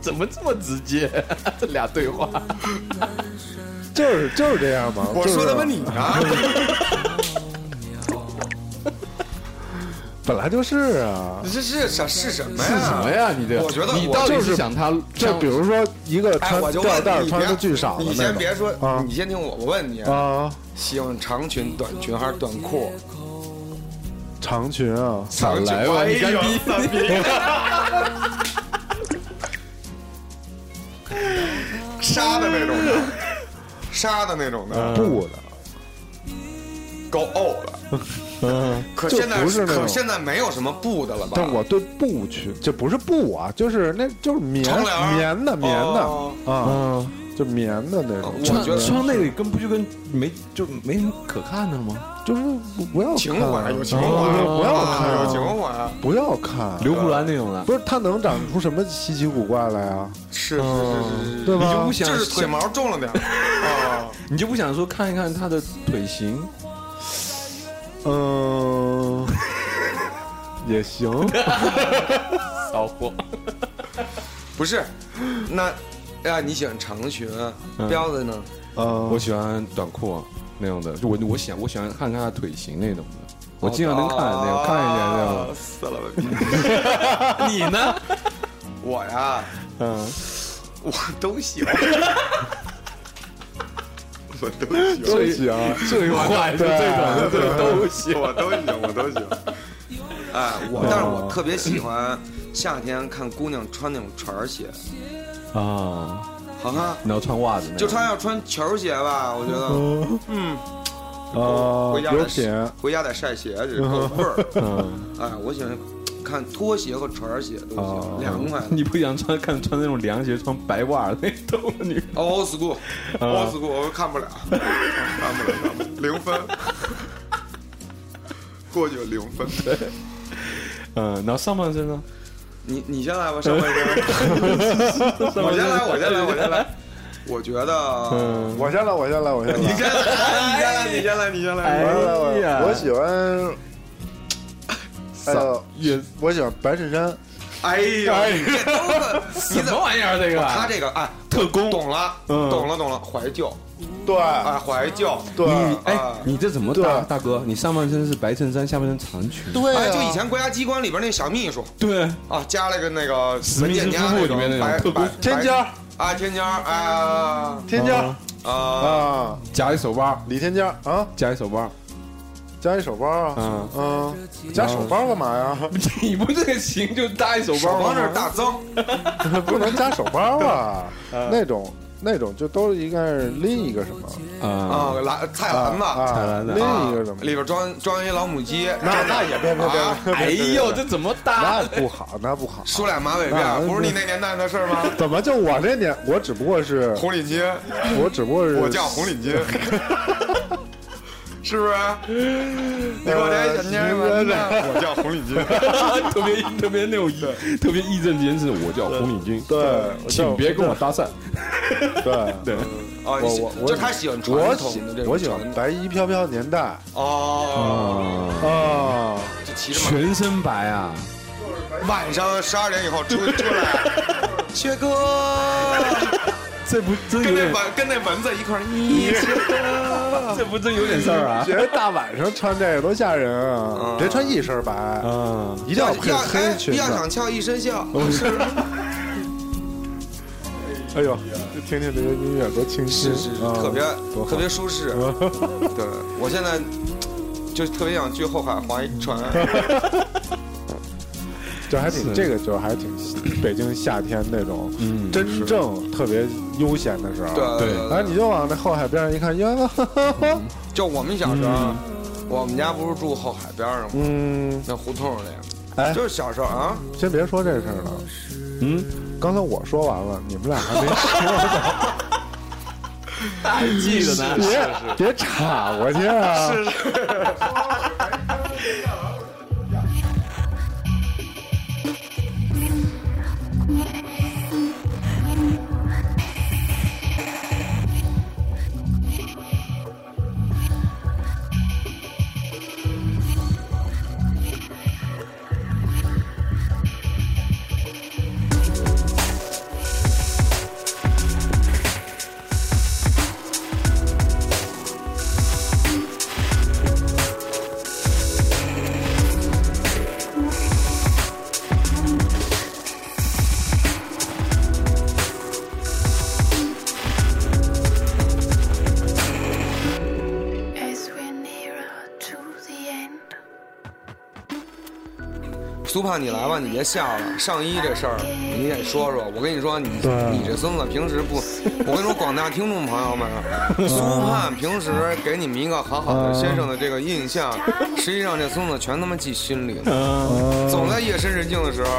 Speaker 5: 怎么这么直接？这俩对话，
Speaker 4: 就是就是这样嘛。
Speaker 3: 我说
Speaker 4: 就是
Speaker 3: 他妈 你呢？
Speaker 4: 本来就是啊，
Speaker 3: 这是什是什么呀？
Speaker 5: 是什么呀？你这，
Speaker 3: 我觉得
Speaker 5: 你
Speaker 3: 我
Speaker 5: 到底
Speaker 4: 就是
Speaker 5: 是想他
Speaker 4: 就比如说一个
Speaker 3: 哎，
Speaker 4: 穿
Speaker 3: 我就
Speaker 4: 吊
Speaker 3: 问
Speaker 4: 带儿
Speaker 3: 你，
Speaker 4: 穿的
Speaker 3: 别
Speaker 4: 巨少的
Speaker 3: 你
Speaker 4: 那
Speaker 3: 先
Speaker 4: 种
Speaker 3: 别说
Speaker 4: 啊，
Speaker 3: 你先听我，我问你，
Speaker 4: 啊，
Speaker 3: 喜欢长裙、短裙还是短裤？
Speaker 4: 长裙啊，
Speaker 3: 长裙
Speaker 5: 来吧你干逼
Speaker 3: 哎呦三逼 纱的那种的，纱的那种的，
Speaker 4: 布的。
Speaker 3: 够呕了。可
Speaker 4: 嗯就
Speaker 3: 现在
Speaker 4: 不是那种
Speaker 3: 可现在没有什么布的了吧？
Speaker 4: 但我对布裙就不是布啊，就是那就是棉
Speaker 3: 窗帘儿
Speaker 4: 棉的棉的
Speaker 3: 哦
Speaker 4: 啊，就棉的那种
Speaker 3: 我，
Speaker 5: 穿
Speaker 3: 觉得
Speaker 5: 穿那个跟不就跟没就没什么可看的了吗？
Speaker 4: 就是不不要
Speaker 3: 情
Speaker 4: 看
Speaker 3: 怀有情怀，
Speaker 4: 哦不要看
Speaker 3: 啊
Speaker 4: 啊
Speaker 3: 有情怀，
Speaker 4: 不要看，
Speaker 5: 刘胡兰那种的，
Speaker 4: 不是它能长出什么稀奇古怪来啊？
Speaker 5: 嗯
Speaker 3: 是是是是是，
Speaker 4: 对
Speaker 5: 你就
Speaker 4: 吧
Speaker 5: 不？
Speaker 3: 就
Speaker 5: 想
Speaker 3: 是腿毛重了点儿。啊
Speaker 5: 你就不想说看一看他的腿型？
Speaker 4: 嗯，也行，
Speaker 5: 骚货，
Speaker 3: 不是，那哎呀，你喜欢长裙，啊彪子呢？
Speaker 5: 我
Speaker 4: 嗯，
Speaker 5: 喜欢短裤啊那种的，就我我想我喜欢看看他腿型那种的，我经常能看那种看一眼那
Speaker 3: 啊
Speaker 5: 种。
Speaker 3: 死了吧你！
Speaker 5: 你呢？
Speaker 3: 我呀，
Speaker 5: 嗯，
Speaker 3: 我都喜欢。 我都喜
Speaker 4: 都行，
Speaker 5: 最坏
Speaker 4: 对
Speaker 5: 的对都行。
Speaker 3: 欢，我都喜欢，我都喜欢。哎，我但是
Speaker 5: 哦
Speaker 3: 我特别喜欢夏天看姑娘穿那种船鞋，
Speaker 5: 啊，
Speaker 3: 好看。
Speaker 5: 你要穿啊袜子那种，
Speaker 3: 就穿要穿球鞋吧，我觉得
Speaker 5: 呃
Speaker 4: 啊
Speaker 3: 回，家
Speaker 4: 有
Speaker 3: 再
Speaker 4: 品，
Speaker 3: 回家得晒鞋 去，够味儿。
Speaker 5: 嗯，
Speaker 3: 哎，我喜欢看拖鞋和船鞋都
Speaker 4: 哦
Speaker 3: 行，凉快的。
Speaker 5: 你不想穿看穿那种凉鞋，穿白袜儿那种女，
Speaker 3: 哦 old
Speaker 5: 嗯
Speaker 3: school，old school，我看不了，看不了，看不了，零分，过去零分。
Speaker 5: 嗯，然后上半身呢？
Speaker 3: 你你先来吧，上半身。我先来，我先来，我先来。我觉得，
Speaker 5: 嗯，
Speaker 4: 我先来，我先来，我先
Speaker 3: 你
Speaker 4: 来。
Speaker 3: 先来，你先来，你先来，你先
Speaker 5: 哎
Speaker 3: 来。
Speaker 4: 我先
Speaker 5: 呀
Speaker 4: 来我喜欢，哎呦，
Speaker 5: 乐
Speaker 4: 我喜欢白衬衫。
Speaker 3: 哎呀，你这都是
Speaker 5: 哎什么玩意儿嗯这个？
Speaker 3: 他这个啊，特工懂了，懂了，懂了，怀旧
Speaker 4: 对
Speaker 3: 啊，怀旧。
Speaker 4: 对
Speaker 5: 你
Speaker 3: 啊
Speaker 5: 哎，你这怎么
Speaker 4: 对
Speaker 5: 大大哥？你上半身是白衬衫，下半身长裙。
Speaker 4: 对
Speaker 3: 哎，
Speaker 4: 啊，
Speaker 3: 就以前国家机关里边那小秘书
Speaker 5: 对，
Speaker 3: 啊，加了个那个
Speaker 5: 史密斯
Speaker 3: 文件夹
Speaker 5: 夫妇
Speaker 3: 那
Speaker 5: 里面那种
Speaker 3: 白
Speaker 5: 特工
Speaker 3: 白
Speaker 4: 天骄
Speaker 3: 白啊，天骄啊
Speaker 4: 天骄
Speaker 5: 啊
Speaker 3: 啊，
Speaker 4: 啊，
Speaker 5: 夹一手包，
Speaker 4: 李天骄啊，
Speaker 5: 夹一手包。
Speaker 4: 加一手包啊，嗯，加手包干嘛呀？
Speaker 5: 你不这个行就搭一手
Speaker 3: 手
Speaker 5: 包
Speaker 3: 帮那
Speaker 5: 吗
Speaker 3: 是？大增，
Speaker 4: 不能加手包啊，
Speaker 3: 嗯
Speaker 4: 那种那种就都应该是拎一个什么
Speaker 5: 啊
Speaker 3: 啊，篮菜篮子，
Speaker 4: 啊，
Speaker 5: 菜篮子
Speaker 4: 拎
Speaker 3: 啊
Speaker 4: 一个什么？
Speaker 3: 里边装装一老母鸡，
Speaker 4: 那那也别别别
Speaker 3: 啊，
Speaker 4: 别，别
Speaker 5: 哎呦，这怎么搭
Speaker 4: 那？不好，那不好。
Speaker 3: 梳俩马尾
Speaker 4: 那
Speaker 3: 辫，不是你那年代的事儿 吗？
Speaker 4: 怎么就我这年？我只不过是，
Speaker 3: 红领巾，
Speaker 4: 我只不过是，
Speaker 3: 我叫红领巾， 是不 是？你给我来小妞儿吧，我
Speaker 4: 呃
Speaker 3: 叫红领巾，
Speaker 5: 特别特别那种义特别义正言辞。我叫红领巾，
Speaker 4: 对，我
Speaker 5: 请
Speaker 4: 叫
Speaker 5: 别跟我搭讪。
Speaker 4: 对。
Speaker 5: 对，
Speaker 3: 啊
Speaker 4: 我我，我
Speaker 3: 就他喜欢
Speaker 4: 我
Speaker 3: 传
Speaker 4: 喜
Speaker 3: 统的这种
Speaker 4: 我喜欢
Speaker 3: 传
Speaker 4: 白衣飘飘年代
Speaker 3: 哦，
Speaker 5: 啊，
Speaker 4: 啊，
Speaker 3: 就骑着马
Speaker 5: 全身白啊！
Speaker 3: 晚上十二点以后出出来， 薛哥，
Speaker 5: 这不真
Speaker 3: 跟
Speaker 5: 有
Speaker 3: 那
Speaker 5: 点，
Speaker 3: 蚊跟那蚊子一块儿，你薛哥，
Speaker 5: 这不真有点事儿啊
Speaker 4: 觉！得大晚上穿这个多吓人啊！
Speaker 3: 嗯
Speaker 4: 别穿一身白，
Speaker 5: 啊，
Speaker 4: 一定要配
Speaker 3: 要
Speaker 4: 黑
Speaker 3: 哎
Speaker 4: 裙
Speaker 3: 要
Speaker 4: 子。
Speaker 3: 想翘一身笑，
Speaker 4: 哎呦，听听这个音乐多清新，
Speaker 3: 是是是，
Speaker 4: 啊
Speaker 3: 特别
Speaker 4: 多好
Speaker 3: 特别舒适。对，我现在就特别想去后海划一船。
Speaker 4: 就还挺
Speaker 5: 是
Speaker 4: 这个就还挺北京夏天那种
Speaker 5: 嗯
Speaker 4: 真正特别悠闲的时候。
Speaker 3: 对
Speaker 5: 对
Speaker 4: 然后你就往那后海边上一看，哟，呵呵呵
Speaker 3: 就我们小时候，我们家不是住后海边上吗？
Speaker 4: 嗯，
Speaker 3: 那胡同里，
Speaker 4: 哎
Speaker 3: 就是小时候啊，
Speaker 4: 先别说这事儿了，
Speaker 5: 嗯，
Speaker 4: 刚才我说完了，你们俩还没
Speaker 5: 还记得呢
Speaker 4: 别别插过去啊！是是。
Speaker 7: As we're nearer to the end.
Speaker 3: 苏胖你来吧，你别笑了。上衣这事儿你也说说，我跟你说，你
Speaker 5: 啊
Speaker 3: 你这孙子平时 不，我跟你说广大听众朋友们，啊
Speaker 5: 嗯
Speaker 3: 苏胖平时给你们一个好好的先生的这个印象，实际上这孙子全他妈记心里了。
Speaker 5: 嗯
Speaker 3: 总在夜深人静的时候，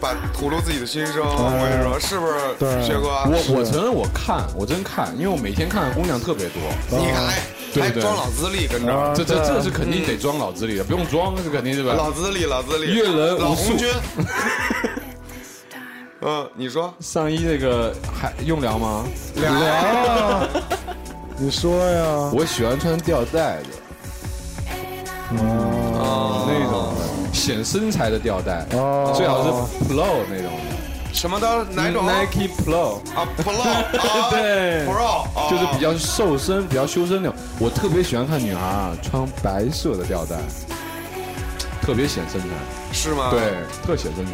Speaker 3: 把吐露自己的心声，我跟你说，是不是，薛哥？
Speaker 5: 嗯我我承认我看，我真看，因为我每天看的姑娘特别多。
Speaker 3: 你看，哎
Speaker 5: 嗯对
Speaker 3: 还
Speaker 5: 对
Speaker 3: 装老资历跟着，
Speaker 5: 这这这是肯定得装老资历的，不用装是肯定是吧
Speaker 3: 老？资历，老资历，
Speaker 5: 嗯阅人
Speaker 3: 老
Speaker 5: 无数
Speaker 3: 红 军。嗯，你说
Speaker 5: 上衣这个还用聊吗？
Speaker 3: 俩
Speaker 4: 你说呀，
Speaker 5: 我喜欢穿吊带的
Speaker 3: 哦
Speaker 5: 那种的，显身材的吊带，
Speaker 4: 哦
Speaker 5: 最好是 Pro 那种的
Speaker 3: 什么刀哪种
Speaker 5: ，Nike Pro，
Speaker 3: 啊？Pro 啊
Speaker 5: 对
Speaker 3: ，Pro 啊
Speaker 5: 就是比较瘦身、比较修身那种。我特别喜欢看女孩啊穿白色的吊带，特别显身材。
Speaker 3: 是吗？
Speaker 5: 对，特写身材，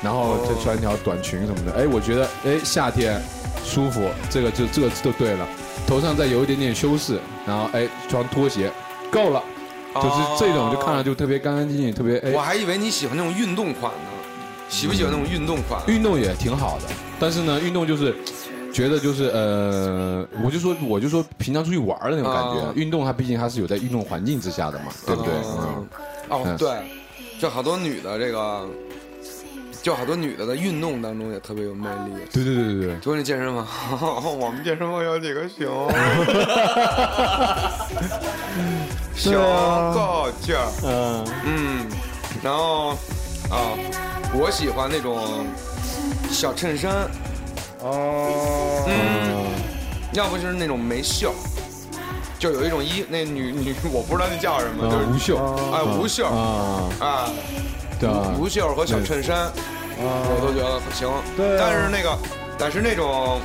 Speaker 5: 然后再穿一条短裙什么的。哎，我觉得哎夏天舒服，这个就这个就对了。头上再有一点点修饰，然后哎穿拖鞋，够了。就是这种就看着就特别干干净净，特别
Speaker 3: 我
Speaker 5: 哎
Speaker 3: 还以为你喜欢那种运动款呢，喜不喜欢那种运动款？
Speaker 5: 运动也挺好的。但是呢，运动就是。觉得就是呃，我就说我就说平常出去玩儿的那种感觉，
Speaker 3: 啊
Speaker 5: 运动它毕竟它是有在运动环境之下的嘛，对不对？
Speaker 3: 啊
Speaker 5: 嗯，
Speaker 3: 哦
Speaker 5: 嗯，
Speaker 3: 对，就好多女的这个，就好多女的在运动当中也特别有魅力。
Speaker 5: 对对对对对，
Speaker 3: 昨天健身房， 我们健身房有几个熊， 熊够劲儿，
Speaker 5: 嗯，
Speaker 3: 嗯，然后啊，我喜欢那种小衬衫，
Speaker 4: 哦，
Speaker 3: 嗯，要不就是那种没袖儿，就有一种衣，那女女我不知道那叫什么，
Speaker 5: 啊
Speaker 8: 嗯
Speaker 3: 就是
Speaker 5: 无袖
Speaker 3: 哎无袖儿
Speaker 5: 啊，
Speaker 3: 啊，
Speaker 5: 对啊，
Speaker 3: 无袖儿和小衬衫，我都觉得行。
Speaker 4: 对啊
Speaker 3: 但是那个，但是那种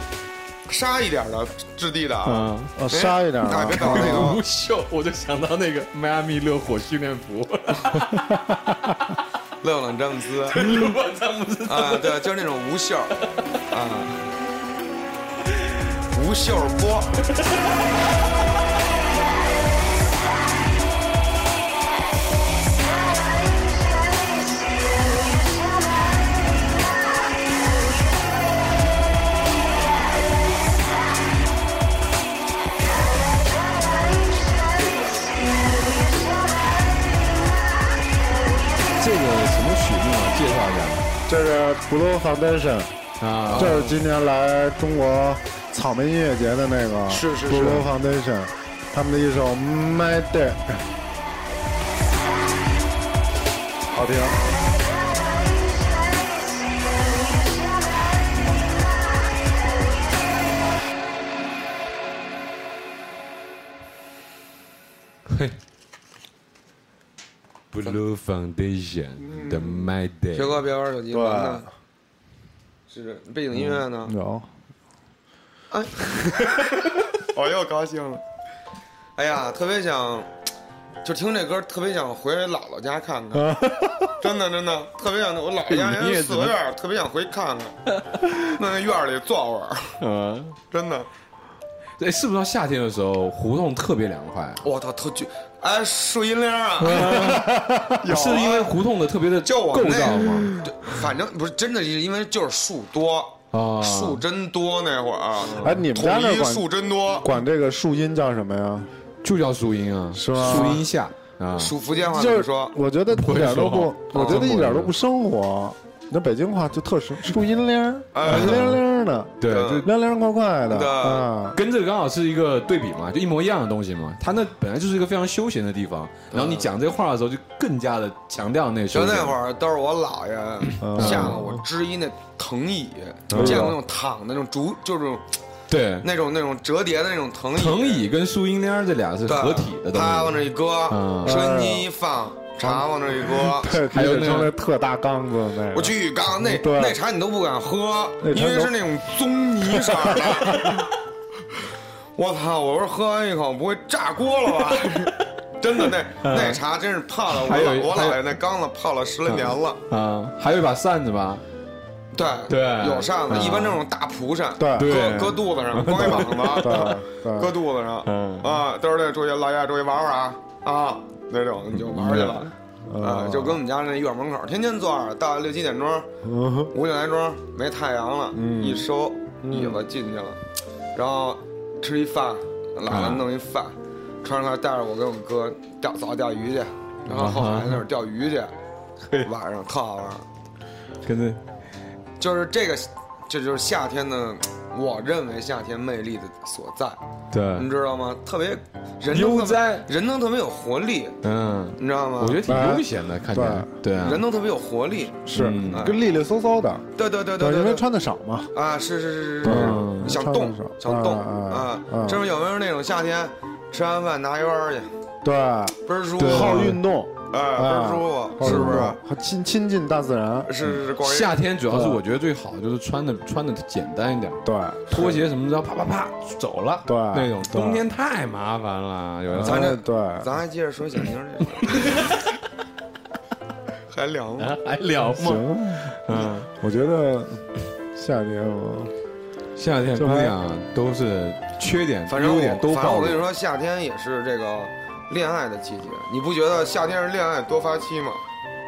Speaker 3: 纱一点的质地的啊，
Speaker 5: 嗯，
Speaker 4: 哦，沙一点
Speaker 3: 哎
Speaker 4: 啊
Speaker 3: 别，搞那
Speaker 8: 那个
Speaker 3: 个
Speaker 8: 无袖，我就想 到那个迈阿密热火训练服，
Speaker 3: 勒布朗詹姆斯
Speaker 8: 我詹姆 斯
Speaker 3: 啊，对，就是那种无袖儿啊，无袖儿波。
Speaker 5: 这个什么曲目啊？介绍一
Speaker 4: 这是 Blue Foundation，
Speaker 5: 下啊，
Speaker 4: 这是今年来中国草莓音乐节的那个，
Speaker 3: 是是是
Speaker 4: Blue Foundation，他们的一首 My Day，好听。
Speaker 5: Blue Foundation 的 My
Speaker 3: 学
Speaker 5: Day，
Speaker 3: 哥别玩手机，完了。是背景音乐呢？
Speaker 4: 有，
Speaker 3: 我哦又高兴了。哎呀，特别想，就听这歌，特别想回姥姥家看 看。真的真的，特别想我姥姥家
Speaker 5: 你也
Speaker 3: 人四合院儿，特别想回看看， 那那院儿里坐会儿，
Speaker 5: 嗯，
Speaker 3: 真的。
Speaker 5: 哎，是不是到夏天的时候胡同特别凉快啊？
Speaker 3: 我操，特巨！哎，树荫铃儿
Speaker 4: 嗯
Speaker 3: 啊，有啊
Speaker 5: 是因为胡同的特别的
Speaker 3: 就我
Speaker 5: 构
Speaker 3: 们那
Speaker 5: 造吗？
Speaker 3: 就反正不是真的，是因为就是树多，
Speaker 8: 嗯
Speaker 5: 啊，
Speaker 3: 树真多那会儿啊。
Speaker 4: 哎，你们家
Speaker 3: 统
Speaker 4: 那
Speaker 3: 一
Speaker 4: 管嗯
Speaker 3: 树真多，
Speaker 4: 管这个树荫叫什么呀？
Speaker 5: 就叫树荫啊，
Speaker 4: 是吗
Speaker 5: 树荫下啊，
Speaker 3: 树福建话怎
Speaker 4: 就
Speaker 3: 么
Speaker 4: 是
Speaker 3: 说？
Speaker 4: 我觉得一点都不
Speaker 5: 不会，
Speaker 4: 我觉得一点都
Speaker 5: 啊
Speaker 4: 不生活。那北京话就特生，树荫铃儿，
Speaker 3: 哎
Speaker 4: 铃铃的，
Speaker 5: 对，
Speaker 3: 嗯
Speaker 5: 就
Speaker 4: 凉凉快快的
Speaker 3: 对
Speaker 4: 啊。
Speaker 5: 跟这个刚好是一个对比嘛，就一模一样的东西嘛。它那本来就是一个非常休闲的地方，然后你讲这话的时候就更加的强调那个休
Speaker 3: 就
Speaker 5: 闲。
Speaker 3: 那会儿都是我姥
Speaker 5: 嗯
Speaker 3: 爷下了我支一那藤椅，见过那种躺的那种竹，就是
Speaker 5: 对
Speaker 3: 那种那种折叠的那种藤椅。
Speaker 5: 藤椅跟树荫帘这俩是
Speaker 3: 对
Speaker 5: 合体的东
Speaker 3: 他往
Speaker 5: 西。
Speaker 3: 那一搁
Speaker 5: 嗯，
Speaker 3: 收音机一放，茶往那一搁。
Speaker 4: 对，
Speaker 5: 还有
Speaker 4: 你得
Speaker 5: 那个
Speaker 4: 装那特大缸子那个，
Speaker 3: 我去，刚刚那
Speaker 4: 对
Speaker 3: 那茶你都不敢喝，
Speaker 4: 那茶
Speaker 3: 因为
Speaker 4: 都
Speaker 3: 是那种棕泥色的。 我操！我说喝完一口不会炸锅了吧？ 真的，那那茶真是泡了我
Speaker 5: 嗯还有
Speaker 3: 姥我
Speaker 5: 还有
Speaker 3: 姥爷那缸子泡了十来年了。
Speaker 5: 啊，还有一把扇子吧？
Speaker 3: 对
Speaker 5: 对
Speaker 3: 有扇子，
Speaker 5: 嗯
Speaker 3: 一般这种大蒲扇，
Speaker 4: 对
Speaker 5: 对嗯
Speaker 3: 搁搁肚子上，光一膀
Speaker 4: 对
Speaker 3: 子，
Speaker 4: 对
Speaker 3: 搁肚子上，啊，到时候再出去，老爷出去玩玩啊啊，那种你就玩去了，
Speaker 5: 嗯
Speaker 3: 啊，就跟我们家那院门口，天天坐着，到六七点钟，
Speaker 5: 嗯
Speaker 3: 五点来钟没太阳了，一收椅子进去了，然后吃一饭，姥姥弄一饭，
Speaker 5: 嗯
Speaker 3: 穿上它带着我跟我哥钓早钓鱼去，然后后海那会儿钓鱼去，
Speaker 5: 嗯
Speaker 3: 晚上特好玩儿。
Speaker 5: 跟着
Speaker 3: 就是这个，这就是夏天的，我认为夏天魅力的所在，你
Speaker 5: 对，
Speaker 3: 知道吗？特别人
Speaker 5: 嗯悠
Speaker 3: 能特
Speaker 5: 哉
Speaker 3: 别人能特别有活力，
Speaker 5: 嗯，
Speaker 3: 你知道吗？
Speaker 5: 我觉得挺悠闲
Speaker 4: 哎
Speaker 5: 的，看起来。对啊，
Speaker 3: 人能特别有活力，
Speaker 4: 是
Speaker 5: 嗯
Speaker 4: 跟利利索索的，
Speaker 3: 对对对
Speaker 4: 对，因为
Speaker 3: 对对。
Speaker 4: 穿的少嘛。
Speaker 3: 啊，是是是是是
Speaker 5: 嗯
Speaker 3: 是，想动
Speaker 4: 穿得少
Speaker 3: 想动
Speaker 4: 嗯嗯
Speaker 3: 啊
Speaker 4: 嗯！
Speaker 3: 这不有没有那种夏天吃完饭拿一弯儿去，
Speaker 4: 对，
Speaker 3: 倍儿舒服，
Speaker 5: 对
Speaker 4: 好运动，
Speaker 3: 哎，倍儿舒服，
Speaker 4: 好
Speaker 3: 是
Speaker 4: 运
Speaker 3: 不是？
Speaker 4: 动，好亲亲近大自然。
Speaker 3: 是是是，逛一
Speaker 5: 夏天主要是
Speaker 4: 对
Speaker 5: 我觉得最好就是穿的穿的简单一点，
Speaker 4: 对
Speaker 3: 哎
Speaker 5: 拖鞋什么的，啪啪啪走了，
Speaker 4: 对
Speaker 5: 那种
Speaker 4: 对
Speaker 5: 冬天太麻烦了，有的
Speaker 3: 咱这
Speaker 4: 哎对，
Speaker 3: 咱还接着说小妞儿这个，还凉吗？
Speaker 5: 还聊吗？
Speaker 4: 行，
Speaker 5: 嗯，
Speaker 4: 我觉得夏天我
Speaker 5: 夏天姑娘都是缺点、
Speaker 3: 反正
Speaker 5: 优
Speaker 3: 我
Speaker 5: 点都
Speaker 3: 反正
Speaker 5: 暴
Speaker 3: 我跟你
Speaker 5: 露。
Speaker 3: 说，夏天也是这个恋爱的季节，你不觉得夏天是恋爱多发期吗？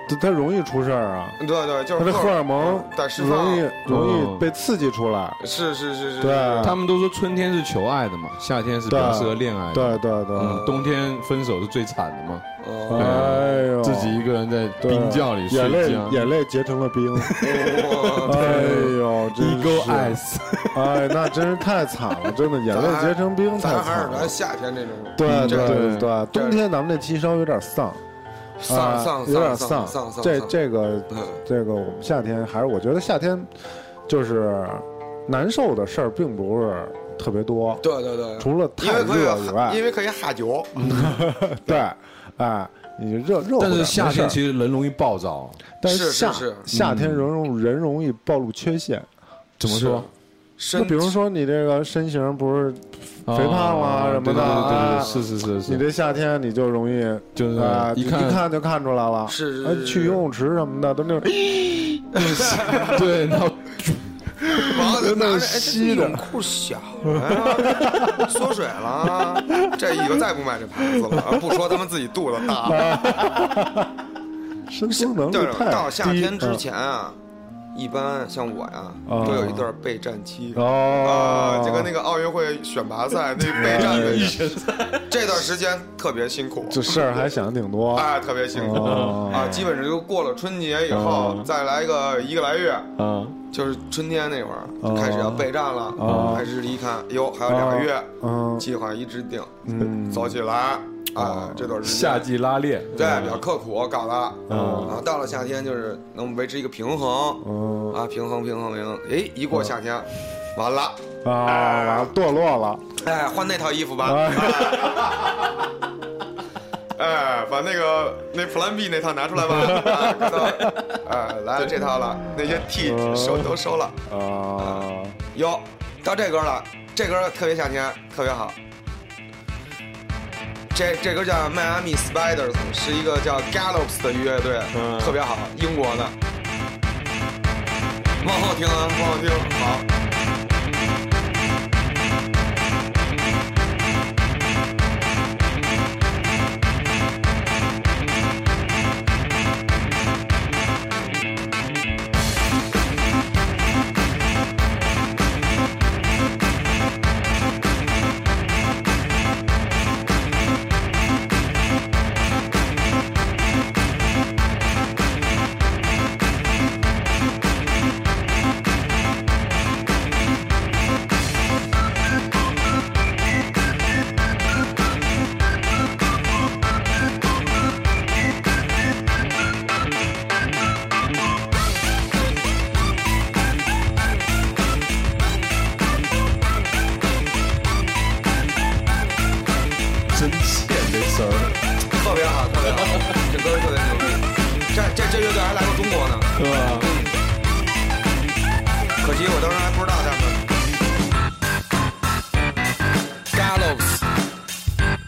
Speaker 4: 它它容易出事儿啊，
Speaker 3: 对对，就
Speaker 4: 它
Speaker 3: 是
Speaker 4: 的荷
Speaker 3: 儿
Speaker 4: 尔蒙
Speaker 3: 在释放
Speaker 4: 容易容
Speaker 5: 嗯
Speaker 4: 易被刺激出来。
Speaker 3: 是是是是，
Speaker 4: 对
Speaker 3: 是
Speaker 5: 他们都说春天是求爱的嘛，夏天是比较适合恋爱的。
Speaker 4: 对对对，
Speaker 5: 嗯，冬天分手是最惨的嘛，
Speaker 3: 哦，
Speaker 4: 哎呦，
Speaker 5: 自己一个人在
Speaker 4: 对
Speaker 5: 冰窖里睡
Speaker 4: 眼泪
Speaker 5: 觉，
Speaker 4: 眼泪结成了 冰。
Speaker 3: 我
Speaker 4: 哎呦，真
Speaker 5: 一沟
Speaker 4: 是
Speaker 5: 爱死。
Speaker 4: 哎，那真是太惨了，真的眼泪结成冰，太
Speaker 3: 咱还是
Speaker 4: 惨了
Speaker 3: 咱。夏天这种嗯
Speaker 4: 对
Speaker 3: 这
Speaker 4: 对
Speaker 5: 对
Speaker 4: 对，冬天咱们这期稍微有点丧，
Speaker 3: 丧
Speaker 4: 啊
Speaker 3: 丧
Speaker 4: 有点
Speaker 3: 丧丧丧丧，
Speaker 4: 这
Speaker 3: 丧
Speaker 4: 这个
Speaker 3: 嗯
Speaker 4: 这个，我们夏天还是我觉得夏天就是难受的事儿，并不是特别多，
Speaker 3: 对对对，
Speaker 4: 除了
Speaker 3: 因
Speaker 4: 太
Speaker 3: 为可
Speaker 4: 热
Speaker 3: 以
Speaker 4: 以
Speaker 3: 哈，
Speaker 4: 外嗯
Speaker 3: 因，为可以哈酒，
Speaker 4: 对，哎，你就热热乎点
Speaker 5: 但
Speaker 4: 儿没事儿，
Speaker 5: 是夏天其实人容易暴躁，啊
Speaker 4: 但
Speaker 3: 是是
Speaker 4: 夏
Speaker 3: 是
Speaker 4: 夏天
Speaker 5: 嗯
Speaker 4: 人容人容易暴露缺陷，
Speaker 5: 怎么说？
Speaker 3: 身
Speaker 4: 就比如说你这个身形不是
Speaker 5: 啊
Speaker 4: 肥胖啦什么的啊
Speaker 5: 对对对对对，是是是是，
Speaker 4: 你这夏天你就容易
Speaker 5: 就是
Speaker 4: 啊，
Speaker 5: 一
Speaker 4: 一
Speaker 5: 看
Speaker 4: 看就看出来了。
Speaker 3: 是是
Speaker 4: 哎
Speaker 3: 是
Speaker 4: 去游泳池什么的都那种，
Speaker 5: 对，然后
Speaker 3: 王子拿着哎这
Speaker 4: 吸的
Speaker 3: 泳裤小 啊，缩水了啊，这以后再不买这牌子了啊，不说他们自己肚子大了，
Speaker 4: 生存能
Speaker 3: 对
Speaker 4: 力，太
Speaker 3: 到夏天
Speaker 4: 低嗯
Speaker 3: 之前啊，一般像我呀，
Speaker 4: 啊
Speaker 3: 都有一段备战期
Speaker 4: 嗯。哦
Speaker 3: 啊，，就跟那个奥运会选拔赛那备战的，这段时间特别辛苦，
Speaker 4: 这事儿还想挺多。
Speaker 3: 哎，特别辛苦
Speaker 4: 哦
Speaker 3: 啊，基本上就过了春节以后，再来个一个来月，
Speaker 4: 啊
Speaker 3: 就是春天那会儿
Speaker 4: 哦
Speaker 3: 就开始要备战了，
Speaker 4: 哦
Speaker 3: 开始一看，哟，还有两个月，
Speaker 4: 嗯
Speaker 3: 计划一直定，
Speaker 4: 嗯哦
Speaker 3: 早起来，啊，这段时间
Speaker 5: 夏季拉练，
Speaker 3: 对比较刻苦搞的，然后到了夏天就是能维持一个平衡，
Speaker 4: 嗯
Speaker 3: 啊，平衡平衡平衡，哎，一过夏天，完了，
Speaker 4: 啊，完了堕落了，
Speaker 3: 哎，换那套衣服吧。 哎，把那个那 Plan B 那套拿出来吧，啊看到哎，来了这套了，那些 T 收都收了，
Speaker 4: 啊，
Speaker 3: 哟，到这歌了，这歌特别夏天，特别好。这这歌叫 Miami Spiders，是一个叫 Gallops 的乐队，特别好，英国的。往后听啊，往后听，好。
Speaker 5: 真欠这词儿，
Speaker 3: 特别好，特别好，这歌特别牛逼。这这这乐队还来过中国呢，
Speaker 5: 对吧？
Speaker 3: 可惜我当时还不知道他们。Gallows。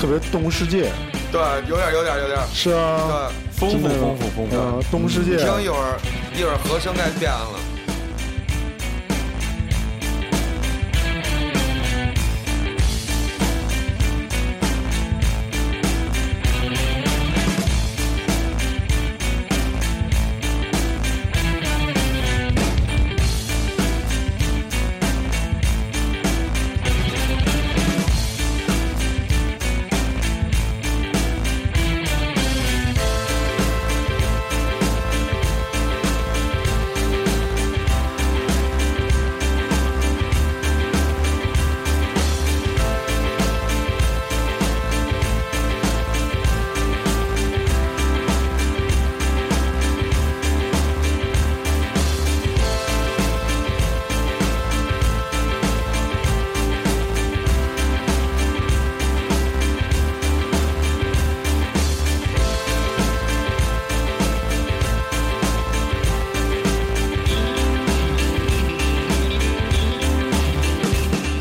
Speaker 4: 特别动物世界，
Speaker 3: 对，有点有点有点。
Speaker 4: 是啊，
Speaker 3: 对，
Speaker 8: 丰富
Speaker 4: 真的
Speaker 8: 丰富丰富。
Speaker 4: 嗯，动物世界，
Speaker 3: 听一会儿，一会儿和声该变了。
Speaker 5: 啊，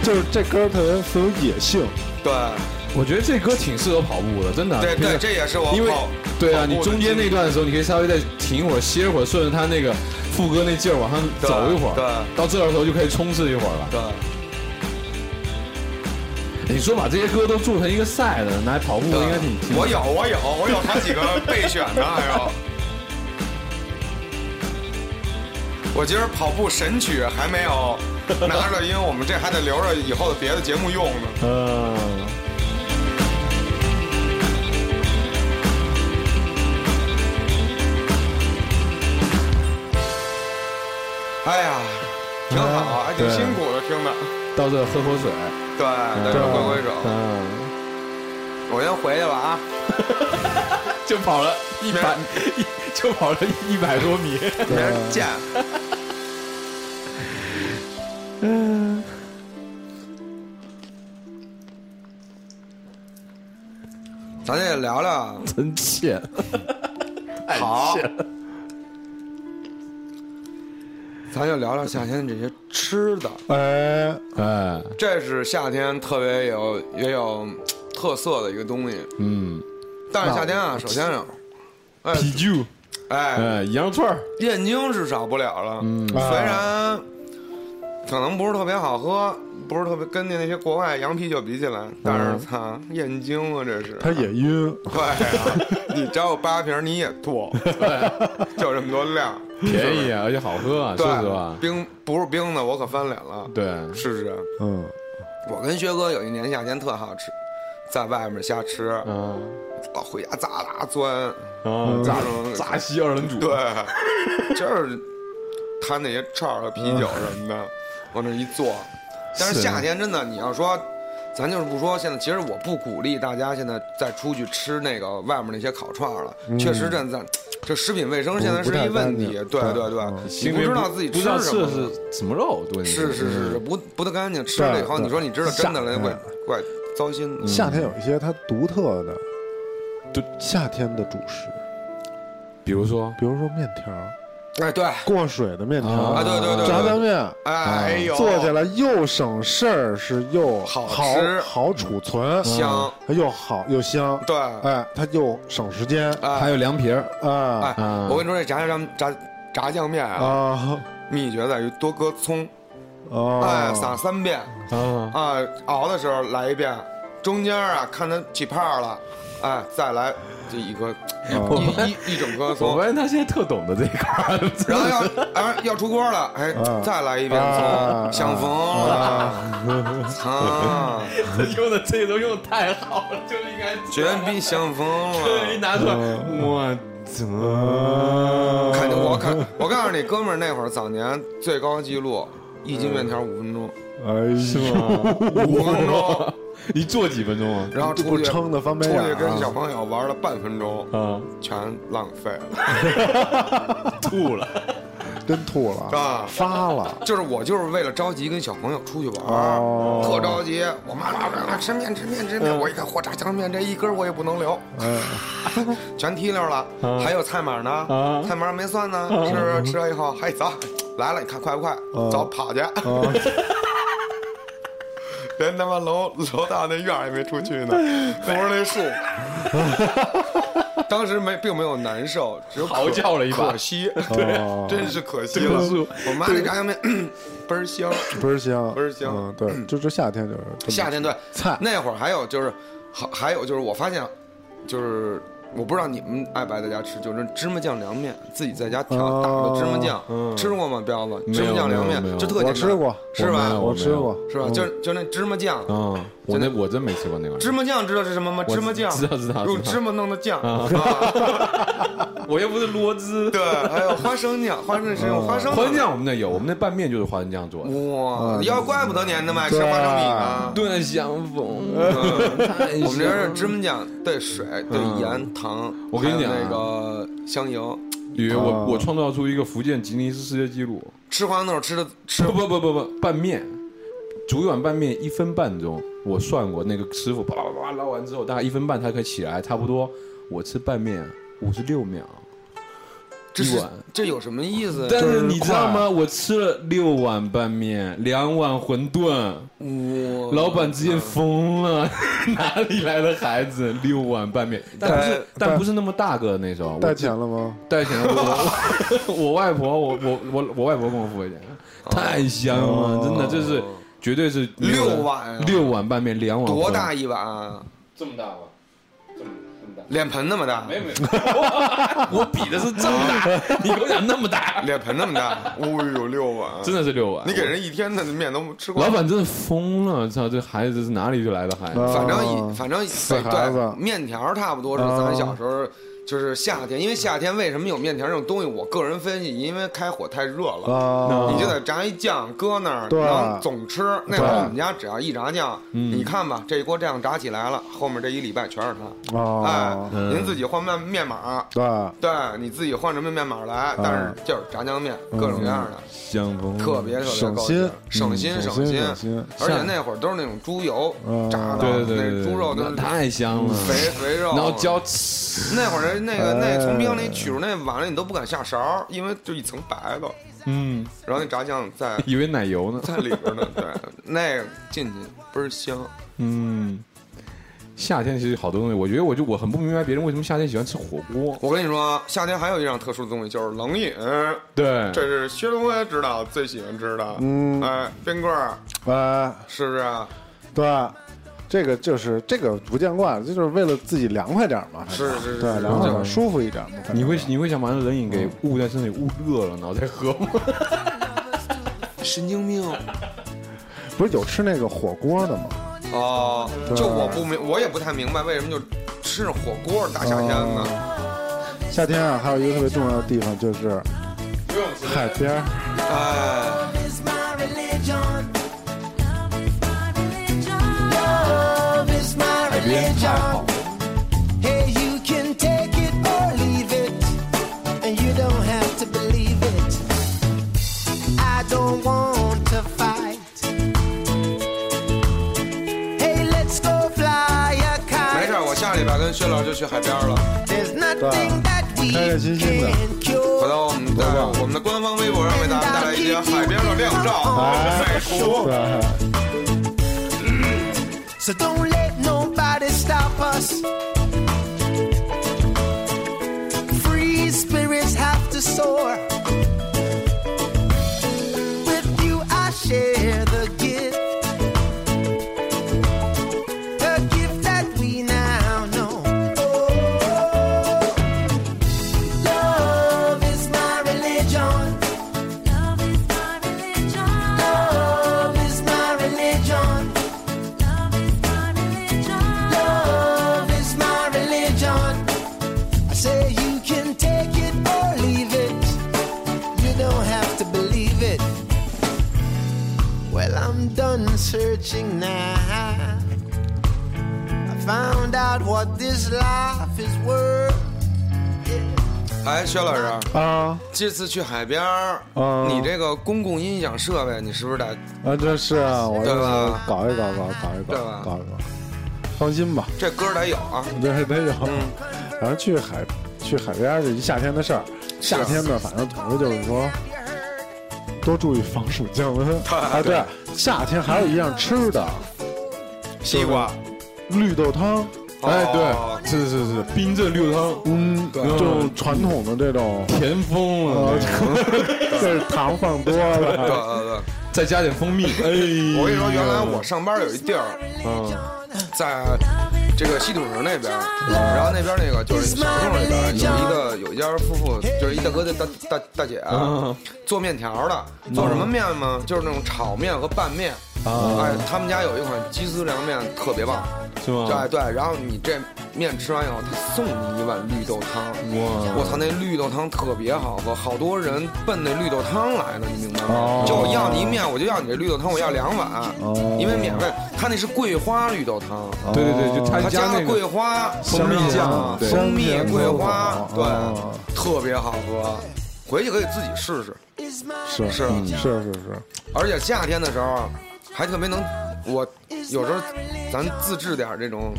Speaker 4: 就是这歌特别富有野性，
Speaker 3: 对
Speaker 5: 啊我觉得这歌挺适合跑步的，真的。
Speaker 3: 对
Speaker 5: 就是
Speaker 3: 对，这也是我
Speaker 5: 因为
Speaker 3: 跑
Speaker 5: 对啊，
Speaker 3: 跑步
Speaker 5: 你
Speaker 3: 的
Speaker 5: 中间
Speaker 3: 经
Speaker 5: 那
Speaker 3: 历
Speaker 5: 段的时候，你可以稍微再停一会儿，歇一会儿，顺着他那个副歌那劲儿往上
Speaker 3: 对
Speaker 5: 走一会儿。
Speaker 3: 对
Speaker 5: 到这儿的时候就可以冲刺一会儿了。
Speaker 3: 对。
Speaker 5: 你说把这些歌都做成一个赛的，拿来跑步应该挺挺。
Speaker 3: 我有，我有，我有好几个备选呢，还有。我今儿跑步神曲还没有拿着，因为我们这还得留着以后的别的节目用呢。
Speaker 5: 嗯，
Speaker 3: 哎呀，挺好，啊还挺
Speaker 5: 对
Speaker 3: 辛苦的，听的。
Speaker 5: 到这儿喝口水。
Speaker 3: 对，但是
Speaker 5: 嗯
Speaker 3: 挥挥手，
Speaker 5: 嗯，
Speaker 3: 我先回去了啊。
Speaker 8: 就跑了一
Speaker 3: 百
Speaker 8: 百， 就跑了一百多 米。
Speaker 3: 明儿见。咱也聊聊
Speaker 5: 真欠。
Speaker 3: 好，咱就聊聊夏天这些吃的，
Speaker 4: 哎，
Speaker 5: 哎，
Speaker 3: 这是夏天特别有也有嗯特色的一个东西。
Speaker 5: 嗯，
Speaker 3: 但是夏天啊，首先啊，哎
Speaker 5: 啤酒，
Speaker 3: 哎，
Speaker 5: 哎，羊肉串儿，
Speaker 3: 燕京是少不了了。
Speaker 4: 嗯
Speaker 3: 虽
Speaker 4: 啊
Speaker 3: 然可能不是特别好喝，不是特别跟那那些国外洋啤酒比起来，但是操，燕京啊，这是
Speaker 4: 他也晕，
Speaker 3: 对啊，你只要有八瓶你也吐，就这么多量，
Speaker 5: 便宜啊，而且好喝啊，说实话
Speaker 3: 哎对，。冰不是冰的，我可翻脸了。
Speaker 5: 对，
Speaker 3: 是不是？
Speaker 4: 嗯，
Speaker 3: 我跟薛哥有一年夏天特好吃，在外面瞎吃，
Speaker 5: 嗯，
Speaker 3: 老回家咋啦钻，
Speaker 5: 啊，炸
Speaker 3: 嗯
Speaker 5: 炸西二人 组，
Speaker 3: 对，就是摊那些串儿和啤酒什么的，往那一坐。但是
Speaker 5: 是
Speaker 3: 夏天真的，你要说，咱就是不说现在，其实我不鼓励大家现在再出去吃那个外面那些烤串儿了。确实，这咱这食品卫生现在
Speaker 4: 嗯不
Speaker 3: 是
Speaker 4: 不太
Speaker 3: 一问
Speaker 4: 干净嗯
Speaker 3: 题。对
Speaker 4: 对
Speaker 3: 对对，你
Speaker 5: 因
Speaker 3: 不
Speaker 5: 为
Speaker 3: 知道自己
Speaker 5: 不
Speaker 3: 吃
Speaker 5: 知道
Speaker 3: 什
Speaker 5: 吃
Speaker 3: 么
Speaker 5: 的。是什么肉，对，
Speaker 3: 是是是是，不不太干净，吃了以后，
Speaker 4: 嗯对
Speaker 3: 你说你知道真的了，
Speaker 4: 吓嗯
Speaker 3: 怪怪糟心的。
Speaker 4: 夏天有一些它独特的，就夏天的主食，
Speaker 5: 比如说，
Speaker 4: 比如说面条，
Speaker 3: 哎，对，
Speaker 4: 过水的面条，
Speaker 3: 啊，
Speaker 5: 啊
Speaker 3: 对对对，
Speaker 4: 炸
Speaker 3: 对
Speaker 4: 酱面，啊
Speaker 3: 哎呦，
Speaker 4: 做起来又省事儿，是又
Speaker 3: 好
Speaker 4: 好
Speaker 3: 吃
Speaker 4: 好储存，
Speaker 3: 香，
Speaker 4: 它又好又香，
Speaker 3: 对，
Speaker 4: 哎，它又省时间，
Speaker 5: 还
Speaker 3: 哎
Speaker 5: 有凉皮儿，
Speaker 4: 啊
Speaker 3: 哎，
Speaker 5: 嗯
Speaker 3: 我跟你说，这炸酱炸炸酱面啊，
Speaker 4: 啊
Speaker 3: 秘诀在于多搁葱，哎，撒
Speaker 4: 啊，
Speaker 3: 三遍，
Speaker 5: 啊，
Speaker 3: 啊，熬的时候来一遍，中间啊看它起泡了，哎，再来这一颗一一一整颗
Speaker 5: 我
Speaker 3: 葱
Speaker 5: 发，现他现在特懂得这一块儿，
Speaker 3: 然后要哎要出锅了，哎，再来一遍葱，
Speaker 4: 啊
Speaker 3: 想缝了，啊，
Speaker 8: 用的这些都用的太好了，就应 该
Speaker 3: 绝壁相逢
Speaker 8: 一
Speaker 3: 了。
Speaker 8: 拿出来，
Speaker 4: 嗯
Speaker 8: 我
Speaker 3: 肯定，我肯，我告诉你，哥们儿，那会儿早年最高记录一斤面条五分钟，
Speaker 4: 哎，
Speaker 8: 是吗？
Speaker 3: 五分钟，
Speaker 8: 你坐几分钟啊？
Speaker 3: 然后
Speaker 4: 不
Speaker 3: 出去
Speaker 4: 撑的翻白
Speaker 3: 出
Speaker 4: 眼
Speaker 3: 去跟
Speaker 4: 啊
Speaker 3: 小朋友玩了半分钟，
Speaker 8: 啊，
Speaker 3: 全浪费了
Speaker 8: 吐了，
Speaker 4: 真吐了，
Speaker 3: 啊！
Speaker 4: 发了，
Speaker 3: 就是我就是为了着急跟小朋友出去玩儿，
Speaker 4: 哦
Speaker 3: 特啊着急。我妈老让他吃面吃面吃面，我一看嚯炸酱面这一根儿我也不能留，
Speaker 4: 哎
Speaker 3: 全踢溜了。还有菜码呢，菜码没算呢，是不是？吃了以后，嘿走来了，你看快不快？走跑去， 连他妈楼楼道那院儿也没出去呢，扶着那树。当时没并没有难受，只有可
Speaker 8: 嚎叫了一把
Speaker 3: 可惜，
Speaker 4: 哦
Speaker 3: 真是可惜了。我妈那炸酱面嗯倍儿香，
Speaker 4: 倍儿香，
Speaker 3: 倍儿香
Speaker 4: 嗯，对，就这夏天就是这么
Speaker 3: 夏天对
Speaker 4: 菜
Speaker 3: 那会儿还有就是，还还有就是我发现，就是我不知道你们爱不爱在家吃，就是芝麻酱凉面，自己在家调
Speaker 4: 哦
Speaker 3: 打个芝麻酱，吃过吗？彪子，芝麻酱凉
Speaker 5: 嗯没有没有
Speaker 3: 面就特
Speaker 4: 我
Speaker 3: 简单，
Speaker 4: 吃过，
Speaker 3: 是
Speaker 5: 我没
Speaker 3: 吧
Speaker 5: 有？
Speaker 4: 哎我吃过，
Speaker 3: 是吧？
Speaker 4: 嗯
Speaker 3: 就就那芝麻酱，
Speaker 5: 嗯，我那我真没吃过那玩意儿，
Speaker 3: 芝麻酱知道是什么吗？
Speaker 5: 我
Speaker 3: 芝麻酱
Speaker 5: 知道知道
Speaker 3: 用
Speaker 5: 知道
Speaker 3: 芝麻弄的酱，啊
Speaker 8: 我又不是罗兹，
Speaker 3: 对，还有花生酱，花生是用花生
Speaker 5: 啊花生，酱我们那有，我们那拌面就是花生酱做的。
Speaker 3: 哇，
Speaker 4: 嗯
Speaker 3: 要怪不得您那么爱吃
Speaker 5: 嗯
Speaker 3: 花生米呢。
Speaker 5: 炖相逢，
Speaker 3: 我们这儿是芝麻酱兑水兑盐糖，
Speaker 5: 我跟你
Speaker 3: 还有
Speaker 5: 讲啊
Speaker 3: 那个香油，
Speaker 5: 与
Speaker 3: 啊
Speaker 5: 我我创造出一个福建吉尼斯世界纪录，
Speaker 3: 吃黄豆吃的吃
Speaker 5: 不不不不不，拌面，煮一碗拌面一分半钟，我算过那个师傅叭叭叭叭捞完之后，大概一分半才可以起来，差不多我吃拌面五十六秒，
Speaker 3: 这
Speaker 5: 一
Speaker 3: 是
Speaker 5: 碗。
Speaker 3: 这有什么意思？
Speaker 5: 但
Speaker 4: 就是是
Speaker 5: 你知道
Speaker 4: 快
Speaker 5: 吗？我吃了六碗拌面，两碗馄饨，
Speaker 3: 我
Speaker 5: 老板直接疯了， 哪里来的孩子六碗拌面？嗯但不是，但不是那么大个的那种，
Speaker 4: 带
Speaker 5: 我
Speaker 4: 钱了吗？
Speaker 5: 带钱了。我 我我外婆，我我我我外婆给我付的钱，太香了，真的就是绝对是没有人
Speaker 3: 哦六碗啊
Speaker 5: 六碗拌面，两碗
Speaker 3: 多
Speaker 5: 馄饨
Speaker 3: 大一碗啊？
Speaker 5: 这么大吧？这么这么大？
Speaker 3: 脸盆那么大？
Speaker 5: 没有没有， 我比的是这么大，你给我讲那么大，
Speaker 3: 脸盆那么 大？哦呦，六碗！
Speaker 5: 真的是六碗。
Speaker 3: 你给人一天的面都吃光
Speaker 5: 老
Speaker 3: 了。
Speaker 5: 板真的疯了，操！这孩子是哪里就来的孩子？
Speaker 4: 啊
Speaker 3: 反正以反正哎
Speaker 4: 死
Speaker 3: 对
Speaker 4: 孩子哦
Speaker 3: 对，面条差不多是咱小时候就是夏天，因为夏天为什么有面条这种东西？我个人分析，因为开火太热了，
Speaker 4: 啊，
Speaker 3: 你就得炸一酱搁那儿，
Speaker 4: 对
Speaker 3: 然后总吃。那会
Speaker 4: 对
Speaker 3: 儿我们家只要一炸酱，
Speaker 5: 嗯
Speaker 3: 你看吧，这一锅酱炸起来了，后面这一礼拜全是它。哎
Speaker 4: 啊，，
Speaker 3: 您自己换面面码，
Speaker 4: 对，
Speaker 3: 对，你自己换什么面码来，但是就是炸酱面，各种各样的。
Speaker 5: 香疯了，
Speaker 3: 特别特别
Speaker 4: 省
Speaker 3: 高
Speaker 4: 心
Speaker 3: 级，省心
Speaker 4: 嗯
Speaker 3: 省
Speaker 4: 省
Speaker 3: 心
Speaker 4: 心省心，
Speaker 3: 而且那会儿都是那种猪油
Speaker 4: 嗯
Speaker 3: 炸的，
Speaker 5: 对对对
Speaker 3: 那
Speaker 5: 对，
Speaker 3: 猪肉都
Speaker 5: 那
Speaker 3: 是
Speaker 5: 太香了，
Speaker 3: 肥肥肉，啊
Speaker 5: 然后浇，
Speaker 3: 那会儿那个那
Speaker 4: 哎
Speaker 3: 从冰箱里取出那碗里你都不敢下勺，因为就一层白的，
Speaker 5: 嗯，
Speaker 3: 然后那炸酱 在
Speaker 5: 以为奶油呢，
Speaker 3: 在里边呢，对，那个进去倍儿香，
Speaker 5: 嗯。夏天其实好多东西，我觉得我就我很不明白别人为什么夏天喜欢吃火锅。
Speaker 3: 我跟你说，啊夏天还有一样特殊的东西就是冷饮，
Speaker 5: 对，
Speaker 3: 这是薛东辉知道最喜欢吃的，
Speaker 4: 嗯
Speaker 3: 哎，冰棍儿
Speaker 4: 哎，
Speaker 3: 是不是啊？
Speaker 4: 对。这个就是这个不见怪，这就是为了自己凉快点儿嘛，反正
Speaker 3: 是是是
Speaker 4: 对，
Speaker 3: 是
Speaker 4: 凉快点儿，
Speaker 5: 是
Speaker 4: 舒服一点嘛。反正
Speaker 5: 你会你会想把那冷饮给捂在身体捂热了，然后再喝吗？
Speaker 3: 神经病
Speaker 4: 不是有吃那个火锅的吗？
Speaker 3: 哦，就我不明，我也不太明白为什么就吃着火锅大夏天呢。
Speaker 4: 夏天啊，还有一个特别重要的地方就是海边儿，
Speaker 3: 哎，
Speaker 6: is my religion. Love is my religion. Hey, you can take it or leave it, and you don't have to believe it. I don't want to fight. Hey, let's go fly a
Speaker 3: 哎没事儿，我
Speaker 6: kite.
Speaker 3: 下礼拜跟薛老师就去海边了。
Speaker 6: There's nothing that we
Speaker 4: 开开心心的
Speaker 6: can
Speaker 3: 回
Speaker 6: cure.
Speaker 3: 头我们在我们的官方微博上为大家带来一些海边的靓照、美图。
Speaker 4: 对。
Speaker 6: So don't let nobody stop us. Free spirits have to soar. With you, I share the gift. The gift that we now know. Oh, love is my religion. Love is my religion. Love is my religion. I say you can take it or leave it. You don't have to believe it. Well, I'm done searching now. I found out what this life is worth.
Speaker 3: 哎，薛老师，
Speaker 4: 啊
Speaker 3: 这次去海边，
Speaker 4: 啊
Speaker 3: 你这个公共音响设备，你是不是得？
Speaker 4: 啊，这是啊，我
Speaker 3: 对
Speaker 4: 就
Speaker 3: 吧
Speaker 4: 是搞一搞，搞搞一
Speaker 3: 对
Speaker 4: 搞
Speaker 3: 吧，
Speaker 4: 搞一搞，放心吧，
Speaker 3: 这歌得有啊？
Speaker 4: 这得有。
Speaker 6: 嗯
Speaker 4: 反正去海去海边儿是一夏天的事儿，夏天呢，反正总之就是说。多注意防暑降温。哎，对，夏天还有一样吃的，
Speaker 3: 西瓜，
Speaker 4: 绿豆汤。
Speaker 5: 哎，
Speaker 3: 哦
Speaker 5: 对，是是是，冰镇绿豆汤，
Speaker 4: 嗯，就传统的这种，
Speaker 5: 甜疯了
Speaker 4: 呃，， 就是糖放多
Speaker 3: 对
Speaker 4: 了。
Speaker 3: 对对。
Speaker 5: 再加点蜂蜜，哎，
Speaker 3: 我
Speaker 5: 我
Speaker 3: 跟你说，原来我上班有一地儿，在这个西土城那边儿，然后那边那个就是小胡同里边儿有一个有一家夫妇，就是一大哥的大大大姐啊、做面条的，做什么面吗？就是那种炒面和拌面。哎，他们家有一款鸡丝凉面特别棒，哎
Speaker 5: 是吗？
Speaker 3: 对对，然后你这面吃完以后，他送你一碗绿豆汤。
Speaker 5: 哇
Speaker 3: 我操，那绿豆汤特别好喝，好多人奔那绿豆汤来的，你明白吗
Speaker 4: 哦？
Speaker 3: 就我要你一面，我就要你这绿豆汤，我要两碗，因为免费。他那是桂花绿豆汤，
Speaker 5: 对对对，就他
Speaker 3: 他
Speaker 5: 家
Speaker 3: 加
Speaker 5: 那
Speaker 3: 了
Speaker 5: 个
Speaker 3: 桂花
Speaker 5: 蜂蜜
Speaker 3: 酱
Speaker 5: 酱、对
Speaker 3: 蜂蜜
Speaker 4: 啊香甜
Speaker 3: 桂
Speaker 4: 口
Speaker 3: 花，
Speaker 4: 感
Speaker 5: 啊
Speaker 4: 哦
Speaker 3: 对，特别好喝。回去可以自己试试，
Speaker 6: Is my
Speaker 4: 是
Speaker 3: 是
Speaker 4: 嗯是是是，
Speaker 3: 而且夏天的时候啊还特别能，我有时候咱自制点儿这
Speaker 5: 嗯
Speaker 3: 种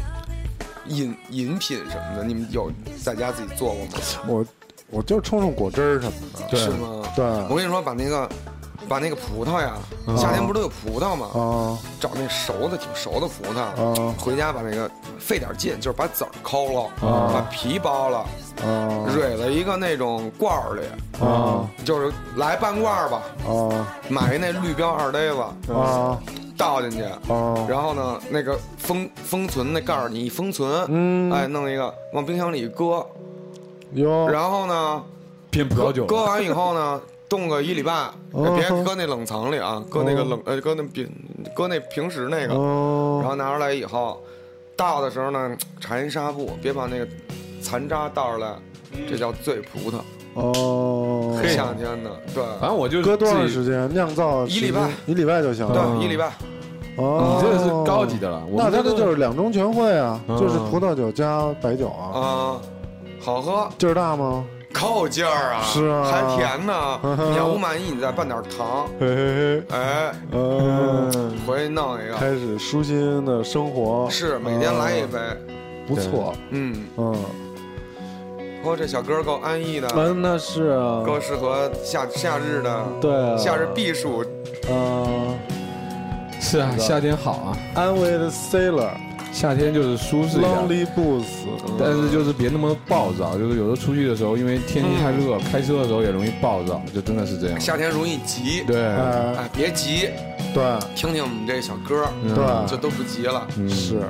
Speaker 3: 饮饮品什么的，你们有在家自己做过吗？
Speaker 4: 我我就冲冲果汁儿什么的。
Speaker 5: 对
Speaker 3: 是吗？
Speaker 4: 对
Speaker 3: 我跟你说，把那个把那个葡萄呀，
Speaker 5: 嗯
Speaker 3: 夏天不是都有葡萄吗？
Speaker 4: 啊
Speaker 3: 找那熟的挺熟的葡萄
Speaker 5: 嗯
Speaker 4: 啊，
Speaker 3: 回家把那个费点劲，就是把籽儿抠了，
Speaker 4: 啊
Speaker 3: 把皮剥了，
Speaker 4: 啊
Speaker 3: 蕊到一个那种罐儿里，
Speaker 4: 啊
Speaker 3: 就是来半罐儿吧，
Speaker 4: 啊
Speaker 3: 买一那绿标二呆子，
Speaker 4: 啊
Speaker 3: 倒进去，
Speaker 4: 啊！
Speaker 3: 然后呢，那个封封存那盖儿你一封存，
Speaker 4: 嗯
Speaker 3: 哎，弄一个往冰箱里一搁，
Speaker 4: 哟，
Speaker 3: 然后呢，
Speaker 4: 哦
Speaker 5: 变葡萄酒
Speaker 3: 搁完以后呢，冻个一礼拜，哎别
Speaker 4: 哦
Speaker 3: 搁那冷藏里啊，搁那个冷呃，搁那平搁那平时那个，然
Speaker 4: 哦
Speaker 3: 后拿出来以后，倒的时候呢， 缠一纱布，别把那个残渣倒出来，这叫醉葡萄。
Speaker 4: 哦，
Speaker 3: 夏天的，对
Speaker 4: 啊
Speaker 5: 反正我就
Speaker 4: 隔多长
Speaker 5: 自己
Speaker 4: 时间酿造？
Speaker 3: 一礼拜
Speaker 4: 一礼拜就行。啊
Speaker 3: 对，一礼拜。
Speaker 4: 哦，
Speaker 5: 嗯你这个是高级的了我
Speaker 4: 那
Speaker 5: 们
Speaker 4: 他
Speaker 5: 这
Speaker 4: 这
Speaker 5: 都
Speaker 4: 就是两中全会啊，
Speaker 5: 嗯
Speaker 4: 就是葡萄酒加白酒啊，
Speaker 3: 啊，好喝，
Speaker 4: 劲儿大吗？
Speaker 3: 靠劲儿啊，
Speaker 4: 是啊
Speaker 3: 还甜呢。
Speaker 4: 嗯哼
Speaker 3: 你要不满意，你再拌点糖，
Speaker 4: 嘿嘿嘿，
Speaker 3: 哎，
Speaker 4: 嗯，
Speaker 3: 回去弄一个。
Speaker 4: 开始舒心的生活
Speaker 3: 啊是每天来一杯，
Speaker 4: 不错，
Speaker 3: 嗯，
Speaker 4: 嗯，
Speaker 3: 哦，这小歌够安逸的，
Speaker 9: 嗯，那是啊，
Speaker 3: 够适合夏夏日的，
Speaker 9: 对啊，
Speaker 3: 夏日避暑。
Speaker 4: 啊，
Speaker 5: 是啊，夏天好啊，
Speaker 4: 安慰的 sailor
Speaker 5: 夏天就是舒适一点。
Speaker 4: lonely boots，
Speaker 5: 但是就是别那么暴躁，就是有时候出去的时候，因为天气太热，开车的时候也容易暴躁，就真的是这样。
Speaker 3: 夏天容易急，
Speaker 5: 对，
Speaker 4: 哎，
Speaker 3: 嗯哎，别急，
Speaker 4: 对
Speaker 3: 听听我们这小歌，
Speaker 5: 嗯
Speaker 4: 对，
Speaker 3: 就都不急了。
Speaker 4: 是。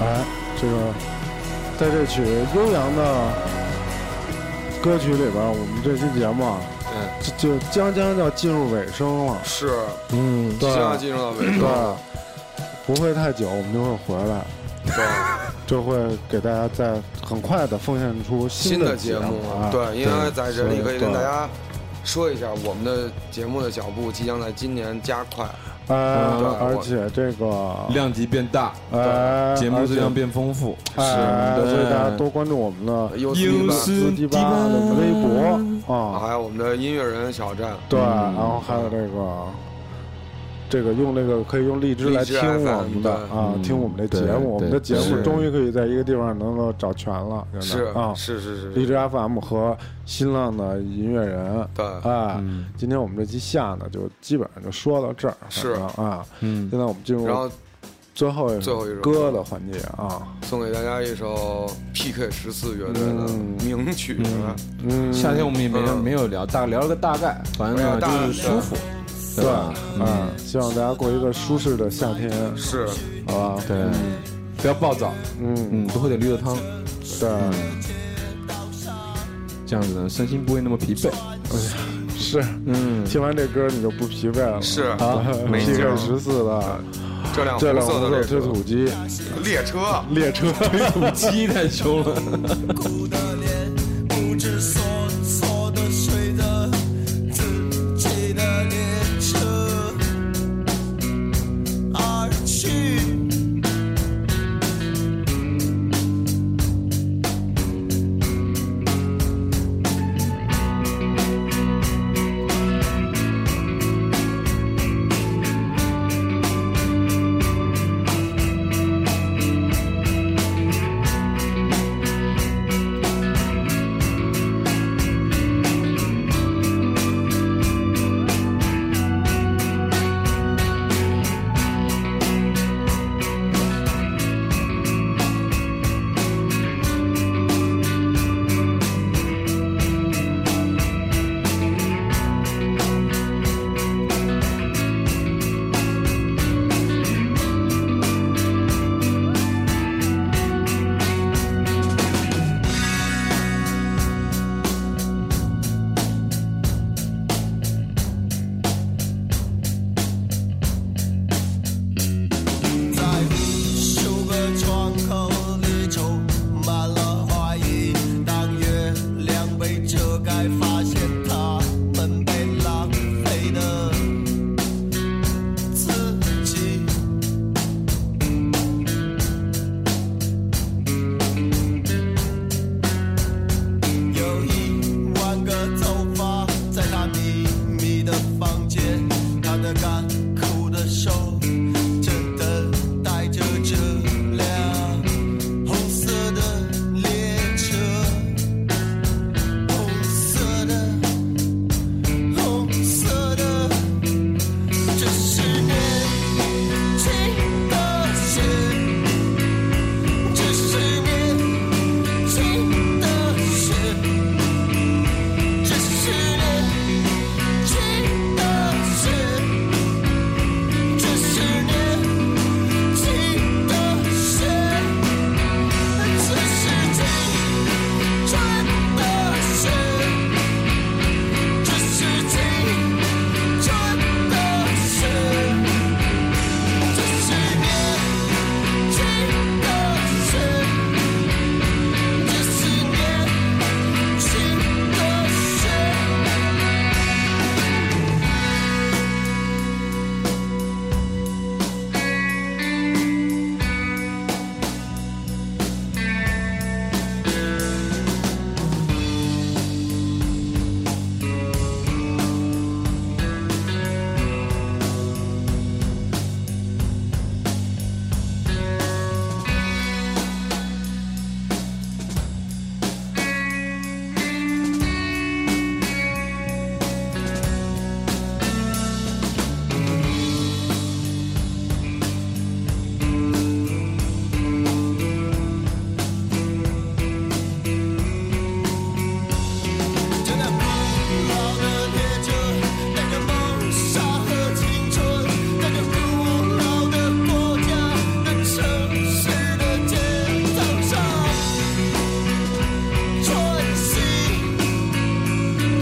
Speaker 4: 哎，这个在这曲悠扬的歌曲里边，我们这期节目啊，
Speaker 3: 嗯，
Speaker 4: 就就将将要进入尾声了。
Speaker 3: 是，
Speaker 4: 嗯，
Speaker 3: 希
Speaker 4: 对
Speaker 3: 望进入到尾
Speaker 4: 对
Speaker 3: 声。，
Speaker 4: 不会太久，我们就会回来，
Speaker 3: 对。
Speaker 4: 就会给大家在很快的奉献出
Speaker 3: 新
Speaker 4: 的
Speaker 3: 的节
Speaker 4: 目
Speaker 3: 目
Speaker 4: 啊。，
Speaker 3: 对，因为在这里可以跟
Speaker 4: 对
Speaker 3: 大家说一下，我们的节目的脚步即将在今年加快。
Speaker 4: 呃
Speaker 3: 对，
Speaker 4: 而
Speaker 3: 我
Speaker 4: 且这个
Speaker 5: 量级变大，
Speaker 4: 哎，
Speaker 5: 节目质量
Speaker 4: 变
Speaker 5: 变丰富，
Speaker 4: 哎，所以大家
Speaker 5: 对
Speaker 4: 多关注我们的
Speaker 3: 优
Speaker 5: 英
Speaker 3: 斯
Speaker 5: 斯
Speaker 4: 四 D 八的微博啊。
Speaker 3: 还有我们的音乐人小站，
Speaker 4: 对，
Speaker 5: 嗯
Speaker 4: 然后还有这个，这个用这个可以用荔枝来
Speaker 3: 荔枝
Speaker 4: 听我
Speaker 3: FM
Speaker 4: 们的
Speaker 3: 对
Speaker 4: 啊，
Speaker 5: 嗯
Speaker 4: 听我们的节
Speaker 5: 对
Speaker 4: 目，我们的
Speaker 5: 对
Speaker 4: 节目
Speaker 5: 是
Speaker 4: 终于可以在一个地方能够找全了，真的
Speaker 3: 是
Speaker 4: 啊，
Speaker 3: 是是是，
Speaker 4: 荔枝 FM 和新浪的音乐人。
Speaker 3: 对，嗯
Speaker 4: 哎，今天我们这期下呢，就基本上就说到这儿，
Speaker 3: 是
Speaker 4: 反正啊。
Speaker 5: 嗯，
Speaker 4: 现在我们进入
Speaker 3: 然后
Speaker 4: 最后一
Speaker 3: 最
Speaker 4: 首
Speaker 3: 后一首
Speaker 4: 歌的环节啊，
Speaker 3: 送给大家一首 PK 十四乐队的
Speaker 4: 嗯
Speaker 3: 名曲。
Speaker 5: 嗯
Speaker 4: 嗯，
Speaker 5: 夏天我们也没
Speaker 3: 嗯
Speaker 5: 没有聊，大概聊了个大概，反正
Speaker 3: 没有
Speaker 5: 呢
Speaker 3: 大
Speaker 5: 就是舒服，对吧？
Speaker 4: 嗯，希望大家过一个舒适的夏天，
Speaker 3: 是，
Speaker 4: 好吧？
Speaker 5: 对，不要暴躁，
Speaker 4: 嗯，
Speaker 5: 嗯，多嗯喝点绿豆汤，
Speaker 4: 对，
Speaker 5: 这样子呢，身心不会那么疲惫。
Speaker 4: 是，
Speaker 5: 嗯，
Speaker 4: 听完这歌你就不疲惫了，
Speaker 3: 是
Speaker 4: 啊
Speaker 3: 没劲儿
Speaker 4: PK 十四的
Speaker 3: 这辆
Speaker 4: 这
Speaker 3: 红
Speaker 4: 辆
Speaker 3: 色
Speaker 4: 红
Speaker 3: 的
Speaker 4: 色
Speaker 3: 这
Speaker 4: 推
Speaker 3: 个
Speaker 4: 土机，
Speaker 3: 列车，
Speaker 4: 列车推土
Speaker 5: 母鸡太凶了，
Speaker 9: 在无数个窗口里充满了怀疑。当月亮被遮盖，发现它们被浪费的自己。有一万个头发在他秘密的房间，他的干枯的手正等待着这辆红色的列车，红色的，红色的，这是年轻的事，这是年。轻的事，这是年轻的事，这是年轻的事，这是青春的事，这是青春的事，这是年轻的事。这是年轻的事。正在不老的列车，带着梦想和青春，带着古老的国家的城市的街道上穿行，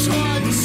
Speaker 9: 穿行。